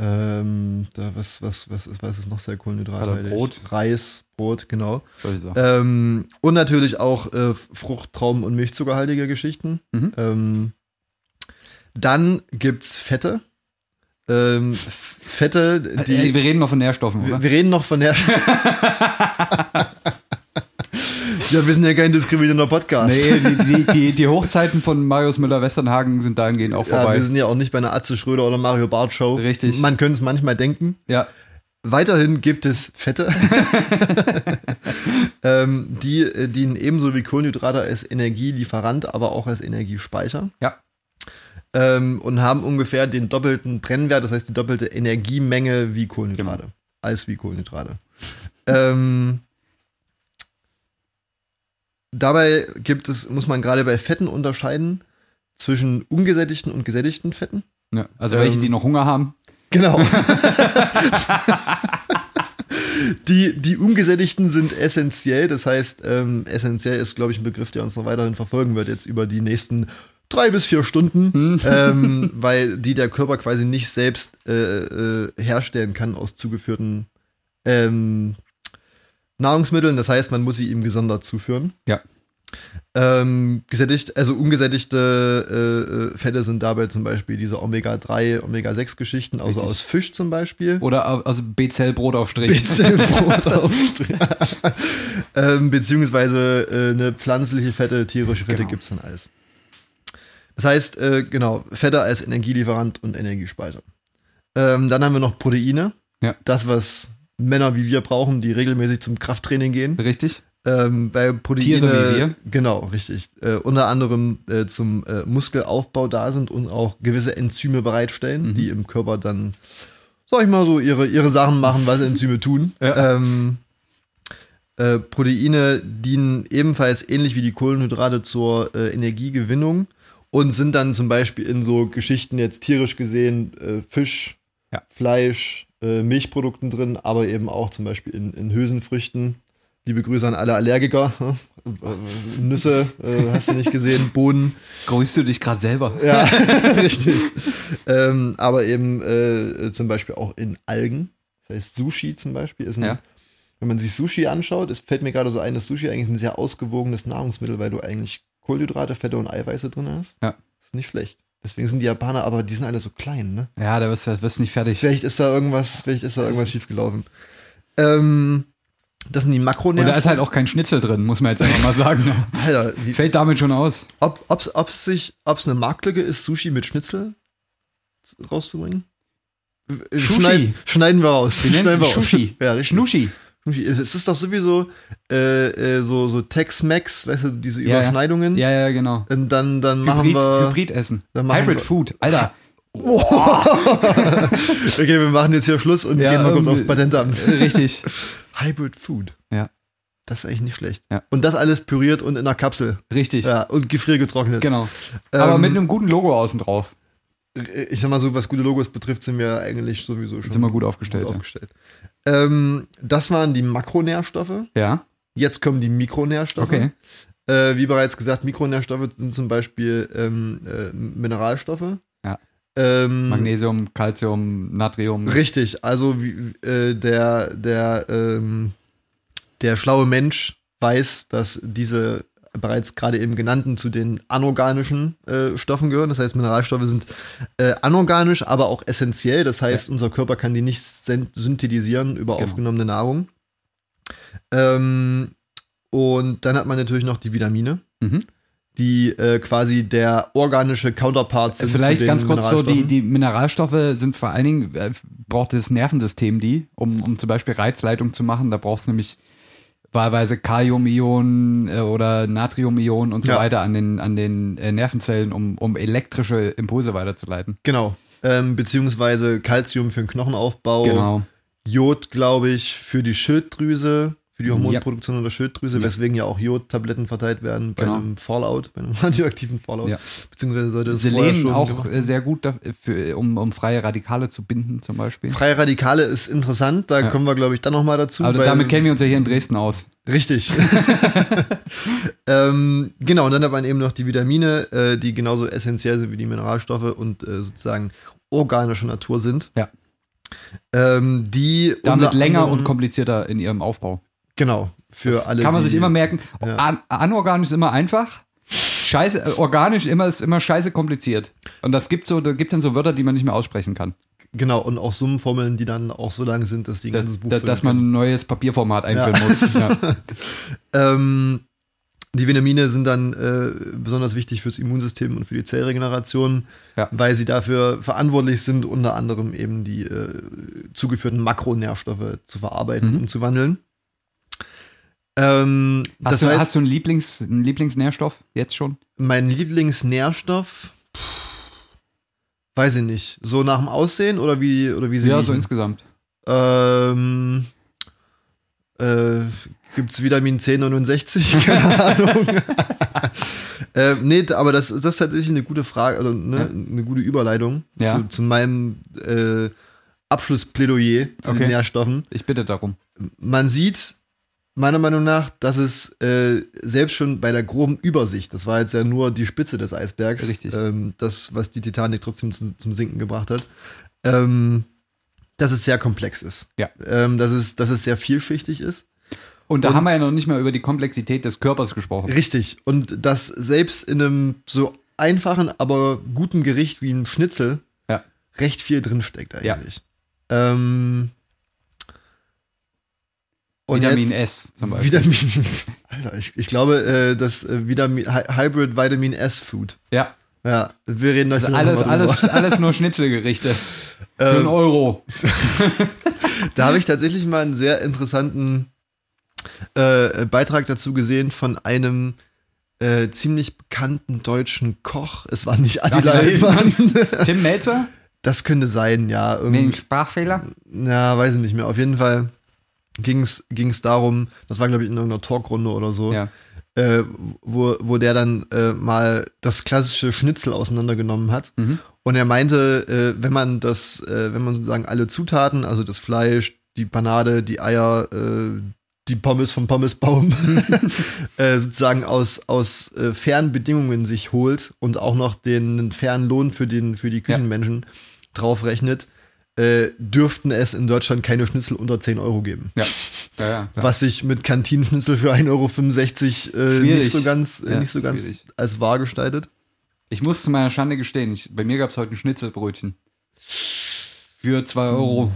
A: Ähm, da was, was, was, ist, was ist noch sehr kohlenhydrathaltig?
B: Brot.
A: Reis, Brot, genau.
B: Solche Sachen.
A: Ähm, und natürlich auch äh, Frucht, Trauben und milchzuckerhaltige Geschichten.
B: Mhm.
A: Ähm, dann gibt's Fette. Ähm, F- Fette, die.
B: Ey, wir reden noch von Nährstoffen,
A: äh, wir,
B: oder?
A: wir reden noch von der. ja, wir sind ja kein diskriminierender Podcast.
B: Nee, die, die, die, die Hochzeiten von Marius Müller-Westernhagen sind dahingehend auch
A: ja,
B: vorbei.
A: wir sind ja auch nicht bei einer Atze Schröder oder Mario Barth Show.
B: Richtig.
A: Man könnte es manchmal denken.
B: Ja,
A: Weiterhin gibt es Fette, ähm, die äh, dienen ebenso wie Kohlenhydrate als Energielieferant, aber auch als Energiespeicher.
B: Ja.
A: Ähm, und haben ungefähr den doppelten Brennwert, das heißt die doppelte Energiemenge wie Kohlenhydrate. Als wie Kohlenhydrate. ähm, dabei gibt es, muss man gerade bei Fetten unterscheiden zwischen ungesättigten und gesättigten Fetten.
B: ja. Also
A: Ähm,
B: welche, die noch Hunger haben.
A: Genau. die, die Ungesättigten sind essentiell. Das heißt, ähm, essentiell ist, glaube ich, ein Begriff, der uns noch weiterhin verfolgen wird, jetzt über die nächsten drei bis vier
B: Hm.
A: Stunden, ähm, weil die der Körper quasi nicht selbst äh, äh, herstellen kann aus zugeführten ähm, Nahrungsmitteln. Das heißt, man muss sie ihm gesondert zuführen.
B: Ja.
A: Ähm, gesättigt, also ungesättigte äh, äh, Fette sind dabei zum Beispiel diese Omega-3, Omega-6-Geschichten, also
B: Richtig.
A: aus Fisch zum Beispiel.
B: Oder au- also B-Zell-Brot auf Strich.
A: Brot auf ähm, Beziehungsweise äh, eine pflanzliche Fette, tierische Fette
B: Genau.
A: gibt's dann alles. Das heißt, äh, genau, Fette als Energielieferant und Energiespeicher. Ähm, dann haben wir noch Proteine.
B: Ja.
A: Das, was Männer wie wir brauchen, die regelmäßig zum Krafttraining gehen.
B: Richtig?
A: Ähm, bei Proteine,
B: Tiere wie wir.
A: genau, richtig. Äh, unter anderem äh, zum äh, Muskelaufbau da sind und auch gewisse Enzyme bereitstellen,
B: Mhm.
A: die im Körper dann, sag ich mal so, ihre, ihre Sachen machen, was Enzyme tun.
B: Ja.
A: Ähm, äh, Proteine dienen ebenfalls ähnlich wie die Kohlenhydrate zur äh, Energiegewinnung und sind dann zum Beispiel in so Geschichten jetzt tierisch gesehen äh, Fisch,
B: Ja.
A: Fleisch, äh, Milchprodukten drin, aber eben auch zum Beispiel in, in Hülsenfrüchten. Liebe Grüße an alle Allergiker. ne? Äh, Nüsse, äh, hast du nicht gesehen, Bohnen.
B: Grüßt du dich gerade selber?
A: Ja, richtig. Ähm, aber eben äh, zum Beispiel auch in Algen. Das heißt, Sushi zum Beispiel ist ein.
B: Ja.
A: Wenn man sich Sushi anschaut, es fällt mir gerade so ein, dass Sushi eigentlich ein sehr ausgewogenes Nahrungsmittel, weil du eigentlich Kohlenhydrate, Fette und Eiweiße drin hast.
B: Ja.
A: Ist nicht schlecht. Deswegen sind die Japaner, aber die sind alle so klein, ne?
B: Ja, da wirst du da wirst du nicht fertig.
A: Vielleicht ist da irgendwas, vielleicht ist da irgendwas schiefgelaufen. Ähm, das sind die
B: Und da
A: Makronährstoffe.
B: ist halt auch kein Schnitzel drin, muss man jetzt einfach mal sagen.
A: Alter, wie,
B: Fällt damit schon aus.
A: ob ob's, ob's sich, ob's eine Marktlücke ist, Sushi mit Schnitzel rauszubringen? Äh,
B: Sushi.
A: Schneid, schneiden wir raus.
B: Die nennen
A: schneiden wir
B: sich
A: raus.
B: Sushi.
A: Ja, richtig.
B: Schnushi.
A: Schnushi. Es ist doch sowieso äh, äh, so, so Tex-Mex, weißt du, diese
B: Ja, ja.
A: Überschneidungen.
B: Ja, ja, genau.
A: Und dann, dann machen
B: Hybrid,
A: wir.
B: Hybridessen.
A: dann machen
B: Hybrid
A: wir-
B: Food. Alter.
A: Okay, wir machen jetzt hier Schluss und
B: Ja,
A: gehen mal kurz
B: irgendwie-
A: aufs Patentamt.
B: Richtig.
A: Hybrid Food.
B: Ja.
A: Das ist eigentlich nicht schlecht.
B: Ja.
A: Und das alles püriert und in einer Kapsel.
B: Richtig.
A: Ja, und gefriergetrocknet.
B: Genau. Aber
A: Ähm,
B: mit einem guten Logo außen drauf.
A: ich sag mal so, was gute Logos betrifft, sind wir eigentlich sowieso schon
B: Sind wir gut aufgestellt. ja.
A: aufgestellt. Ähm, das waren die Makronährstoffe.
B: Ja,
A: Jetzt kommen die Mikronährstoffe.
B: okay.
A: Äh, wie bereits gesagt, Mikronährstoffe sind zum Beispiel ähm, äh, Mineralstoffe.
B: Ja.
A: Ähm,
B: Magnesium, Calcium, Natrium.
A: Richtig, also wie, wie- äh, der, der, ähm, der schlaue Mensch weiß, dass diese bereits gerade eben genannten zu den anorganischen äh, Stoffen gehören. Das heißt, Mineralstoffe sind äh, anorganisch, aber auch essentiell. Das heißt, unser Körper kann die nicht sen- synthetisieren über
B: Genau.
A: aufgenommene Nahrung. Ähm, und dann hat man natürlich noch die Vitamine,
B: Mhm.
A: die äh, quasi der organische Counterpart sind. zu
B: Vielleicht
A: den
B: ganz kurz so, die,
A: Mineralstoffen.
B: die Mineralstoffe sind vor allen Dingen, äh, braucht das Nervensystem die, um, um zum Beispiel Reizleitung zu machen. Da brauchst du nämlich wahlweise Kaliumionen äh, oder Natriumionen und so
A: Ja.
B: weiter an den, an den äh, Nervenzellen, um, um elektrische Impulse weiterzuleiten.
A: Genau. Ähm, Oh, beziehungsweise Calcium für den Knochenaufbau,
B: Genau.
A: Jod, glaube ich, für die Schilddrüse, für die Hormonproduktion in der Schilddrüse,
B: Ja.
A: weswegen ja auch Jodtabletten verteilt werden bei
B: Genau.
A: einem Fallout, bei einem radioaktiven Fallout.
B: Ja.
A: Beziehungsweise sollte es
B: Sie
A: vorher
B: lehnen
A: schon
B: auch
A: gemacht-
B: äh, sehr gut, dafür, um, um freie Radikale zu binden zum Beispiel.
A: Freie Radikale ist interessant, da
B: Ja.
A: kommen wir, glaube ich, dann nochmal dazu.
B: also
A: weil-
B: damit kennen wir uns ja hier in Dresden aus.
A: Richtig. ähm, genau, und dann hat man eben noch die Vitamine, äh, die genauso essentiell sind wie die Mineralstoffe und äh, sozusagen organischer Natur sind.
B: Ja.
A: Ähm, die
B: Damit
A: unter
B: länger
A: anderem-
B: und komplizierter in ihrem Aufbau.
A: Genau, ne? für
B: Das
A: alle.
B: Kann man
A: die,
B: sich immer merken.
A: Ja.
B: An, anorganisch ist immer einfach. Scheiße, äh, organisch immer ist immer scheiße kompliziert. Und das gibt so, da gibt dann so Wörter, die man nicht mehr aussprechen kann.
A: Genau, und auch Summenformeln, die dann auch so lang sind, dass die ein
B: Das,
A: ganzes Buch
B: da,
A: füllen
B: dass man ein neues Papierformat einführen muss. Ja.
A: Ähm, die Vitamine sind dann äh, besonders wichtig fürs Immunsystem und für die Zellregeneration,
B: Ja.
A: weil sie dafür verantwortlich sind, unter anderem eben die äh, zugeführten Makronährstoffe zu verarbeiten
B: Mhm.
A: und zu wandeln. Ähm,
B: Hast,
A: das
B: du,
A: heißt,
B: hast du einen, Lieblings, einen Lieblingsnährstoff jetzt schon?
A: mein Lieblingsnährstoff, pff, weiß ich nicht, so nach dem Aussehen oder wie oder wie sie
B: Ja, so
A: riechen?
B: insgesamt.
A: Ähm, äh, Gibt es Vitamin C69? Keine Ahnung. äh, nee, d- aber das, das ist tatsächlich eine gute Frage, oder, ne,
B: Ja.
A: eine gute Überleitung
B: Ja.
A: zu, zu meinem äh, Abschlussplädoyer zu
B: Okay.
A: den Nährstoffen.
B: Ich bitte darum.
A: Man sieht meiner Meinung nach, dass es äh, selbst schon bei der groben Übersicht, das war jetzt ja nur die Spitze des Eisbergs,
B: Richtig.
A: Ähm, das, was die Titanic trotzdem zum, zum Sinken gebracht hat, ähm, dass es sehr komplex ist.
B: Ja.
A: Ähm, dass, es, dass es sehr vielschichtig ist.
B: Und da
A: Und-
B: haben wir ja noch nicht mal über die Komplexität des Körpers gesprochen.
A: Richtig. Und dass selbst in einem so einfachen, aber guten Gericht wie ein Schnitzel
B: Ja.
A: recht viel drinsteckt
B: Ja.
A: eigentlich. Ähm, und
B: Vitamin
A: jetzt-
B: S zum Beispiel.
A: Vitamin. Alter, ich, ich glaube, äh, das äh, Vitamin, Hy- Hybrid Vitamin S Food.
B: ja,
A: Ja, wir reden
B: also
A: natürlich
B: alles,
A: noch mal drüber.
B: alles, alles nur Schnitzelgerichte. Für einen
A: Ähm,
B: Euro.
A: da habe ich tatsächlich mal einen sehr interessanten äh, Beitrag dazu gesehen von einem äh, ziemlich bekannten deutschen Koch. Es war nicht Attila
B: Attila
A: Hildmann.
B: Tim Melzer?
A: Das könnte sein, ja.
B: Wegen
A: Irgendwie,
B: Sprachfehler?
A: na, weiß ich nicht mehr. Auf jeden Fall ging es darum, das war, glaube ich, in irgendeiner Talkrunde oder so.
B: Ja.
A: äh, wo, wo der dann äh, mal das klassische Schnitzel auseinandergenommen hat.
B: Mhm.
A: Und er meinte, äh, wenn man das, äh, wenn man sozusagen alle Zutaten, also das Fleisch, die Panade, die Eier, äh, die Pommes vom Pommesbaum, äh, sozusagen aus, aus äh, fairen Bedingungen sich holt und auch noch den fairen Lohn für, den, für die Küchenmenschen draufrechnet, äh, dürften es in Deutschland keine Schnitzel unter 10 Euro geben.
B: Ja. ja, ja klar.
A: Was sich mit Kantinenschnitzel für 1,65 Euro äh,
B: Schwierig.
A: nicht so ganz, äh,
B: Ja,
A: nicht so ganz
B: schwierig.
A: als wahr gestaltet.
B: Ich muss zu meiner Schande gestehen, ich, bei mir gab es heute ein Schnitzelbrötchen. Für 2 Euro.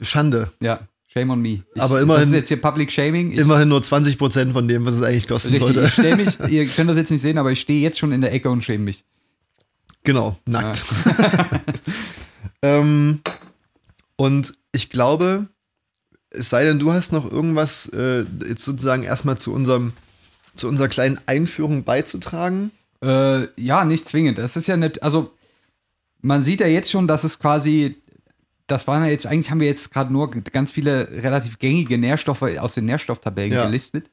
A: Schande.
B: Ja, shame on me. Ich,
A: Mhm. Aber immerhin-
B: Das ist jetzt hier Public Shaming. Ich,
A: Immerhin nur 20% von dem, was es eigentlich kosten
B: Richtig,
A: sollte.
B: ich stelle mich, ihr könnt das jetzt nicht sehen, aber ich stehe jetzt schon in der Ecke und schäme mich.
A: Genau, nackt. ähm, und ich glaube, es sei denn, du hast noch irgendwas äh, jetzt sozusagen erstmal zu unserem zu unserer kleinen Einführung beizutragen.
B: Äh, ja, nicht zwingend. Das ist ja nicht, also man sieht ja jetzt schon, dass es quasi, das waren ja jetzt, eigentlich haben wir jetzt gerade nur g- ganz viele relativ gängige Nährstoffe aus den Nährstofftabellen
A: Ja.
B: gelistet,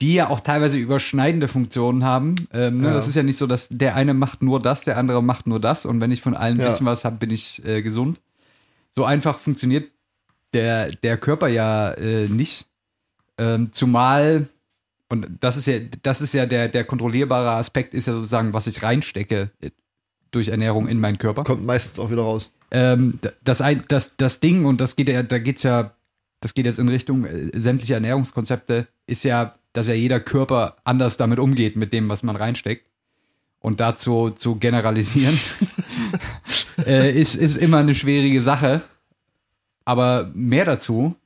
B: die ja auch teilweise überschneidende Funktionen haben. Ähm, ne?
A: Ja.
B: Das ist ja nicht so, dass der eine macht nur das, der andere macht nur das und wenn ich von allen
A: Ja.
B: bisschen was habe, bin ich äh, gesund. So einfach funktioniert der, der Körper ja äh, nicht. Ähm, zumal und das ist ja, das ist ja der, der kontrollierbare Aspekt, ist ja sozusagen, was ich reinstecke äh, durch Ernährung in meinen Körper.
A: Kommt meistens auch wieder raus.
B: Ähm, d- das, ein- das, das Ding, und das geht ja, da geht's ja, das geht jetzt in Richtung äh, sämtlicher Ernährungskonzepte, ist ja, dass ja jeder Körper anders damit umgeht, mit dem, was man reinsteckt. Und dazu zu generalisieren, äh, ist, ist immer eine schwierige Sache. Aber mehr dazu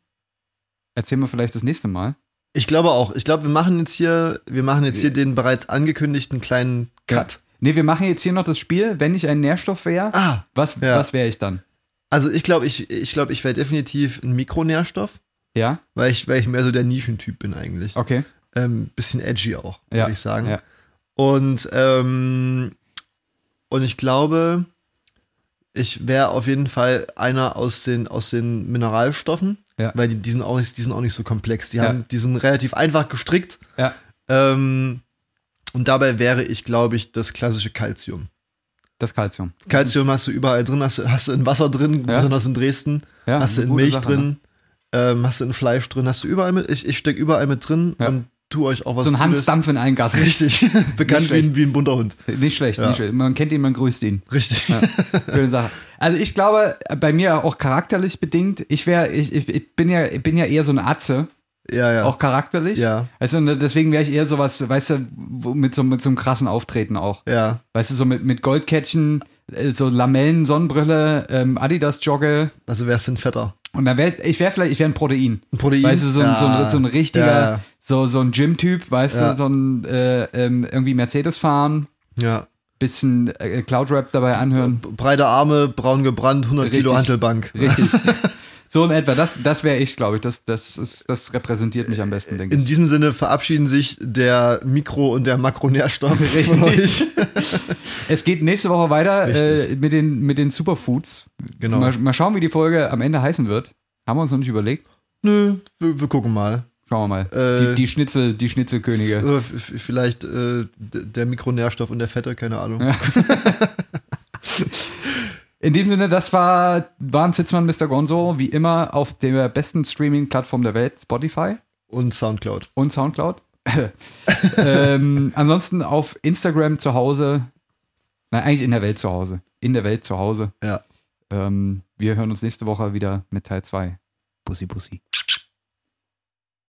B: erzählen wir vielleicht das nächste Mal.
A: Ich glaube auch. Ich glaube, wir machen jetzt hier, wir machen jetzt hier den bereits angekündigten kleinen Cut.
B: Nee, wir machen jetzt hier noch das Spiel, wenn ich ein Nährstoff wäre,
A: Ah,
B: was,
A: ja.
B: was wäre ich dann?
A: Also ich glaube, ich, ich, glaub, ich wäre definitiv ein Mikronährstoff,
B: Ja,
A: weil ich, weil ich mehr so der Nischentyp bin eigentlich.
B: okay.
A: Ähm, bisschen edgy auch, würde
B: Ja,
A: ich sagen.
B: ja.
A: Und, ähm, und ich glaube, Ich wäre auf jeden Fall einer aus den, aus den Mineralstoffen,
B: Ja.
A: weil die, die, sind auch nicht, die sind auch nicht so komplex. Die,
B: Ja.
A: haben, die sind relativ einfach gestrickt.
B: Ja.
A: Ähm, und dabei wäre ich, glaube ich, das klassische Calcium.
B: Das Calcium.
A: Calcium hast du überall drin, hast, du- hast du in Wasser drin,
B: Ja.
A: besonders in Dresden,
B: Ja,
A: hast du
B: eine
A: in
B: gute
A: Milch
B: Sache, ne?
A: drin, ähm, hast du in Fleisch drin, hast du überall mit. Ich, ich stecke überall mit drin
B: Ja.
A: und tu euch auch
B: Ne?
A: was.
B: So ein
A: Gutes.
B: Hansdampf in einen Gast.
A: Richtig. Bekannt wie ein, wie ein bunter Hund.
B: Nicht schlecht,
A: Ja.
B: nicht schlecht. Man kennt ihn, man grüßt ihn.
A: Richtig.
B: Schöne Sache. Also ich glaube, bei mir auch charakterlich bedingt, ich wäre, ich, ich, ich bin ja, ich bin ja eher so ein Atze,
A: Ja, ja.
B: auch charakterlich.
A: Ja.
B: Also ne, deswegen wäre ich eher sowas, weißt du, wo- mit so, mit so einem krassen Auftreten auch.
A: ja.
B: Weißt du, so mit, mit Goldkettchen, äh, so Lamellen, Sonnenbrille, ähm, Adidas-Jogge.
A: Also wärst du ein Fetter.
B: Und dann wäre ich wäre vielleicht, ich wäre ein Protein.
A: Ein Protein.
B: Weißt du, so ein, so ein,
A: Ja.
B: so ein richtiger,
A: Ja,
B: so, so ein Gym-Typ, weißt
A: Ja.
B: du, so ein äh, ähm, irgendwie Mercedes fahren,
A: ja.
B: bisschen äh, Cloud-Rap dabei anhören.
A: Breite Arme, braun gebrannt, 100 Kilo
B: Ähm, Richtig.
A: Hantelbank.
B: Richtig. so in etwa. Das, das wäre ich, glaube ich. Das, das, ist, das repräsentiert mich am besten, denke
A: In
B: ich.
A: diesem Sinne verabschieden sich der Mikro- und der Makronährstoff von euch.
B: Es geht nächste Woche weiter
A: Richtig.
B: äh, mit, den, mit den Superfoods.
A: Genau.
B: Mal, mal schauen, wie die Folge am Ende heißen wird. Haben wir uns noch nicht überlegt.
A: Nö, wir, wir gucken mal.
B: Schauen wir mal.
A: Äh,
B: die, die Schnitzel, die Schnitzelkönige.
A: Oder f- f- vielleicht äh, d- der Mikronährstoff und der Fette, keine Ahnung.
B: Ja. In dem Sinne, das war waren Sitzmann Mr. Gonzo, wie immer auf der besten Streaming-Plattform der Welt, Spotify.
A: Und Soundcloud.
B: und Soundcloud. ähm, ansonsten auf Instagram zu Hause. Nein, eigentlich in der Welt zu Hause. In der Welt zu Hause.
A: Ja.
B: Ähm, wir hören uns nächste Woche wieder mit Teil 2. Bussi, bussi.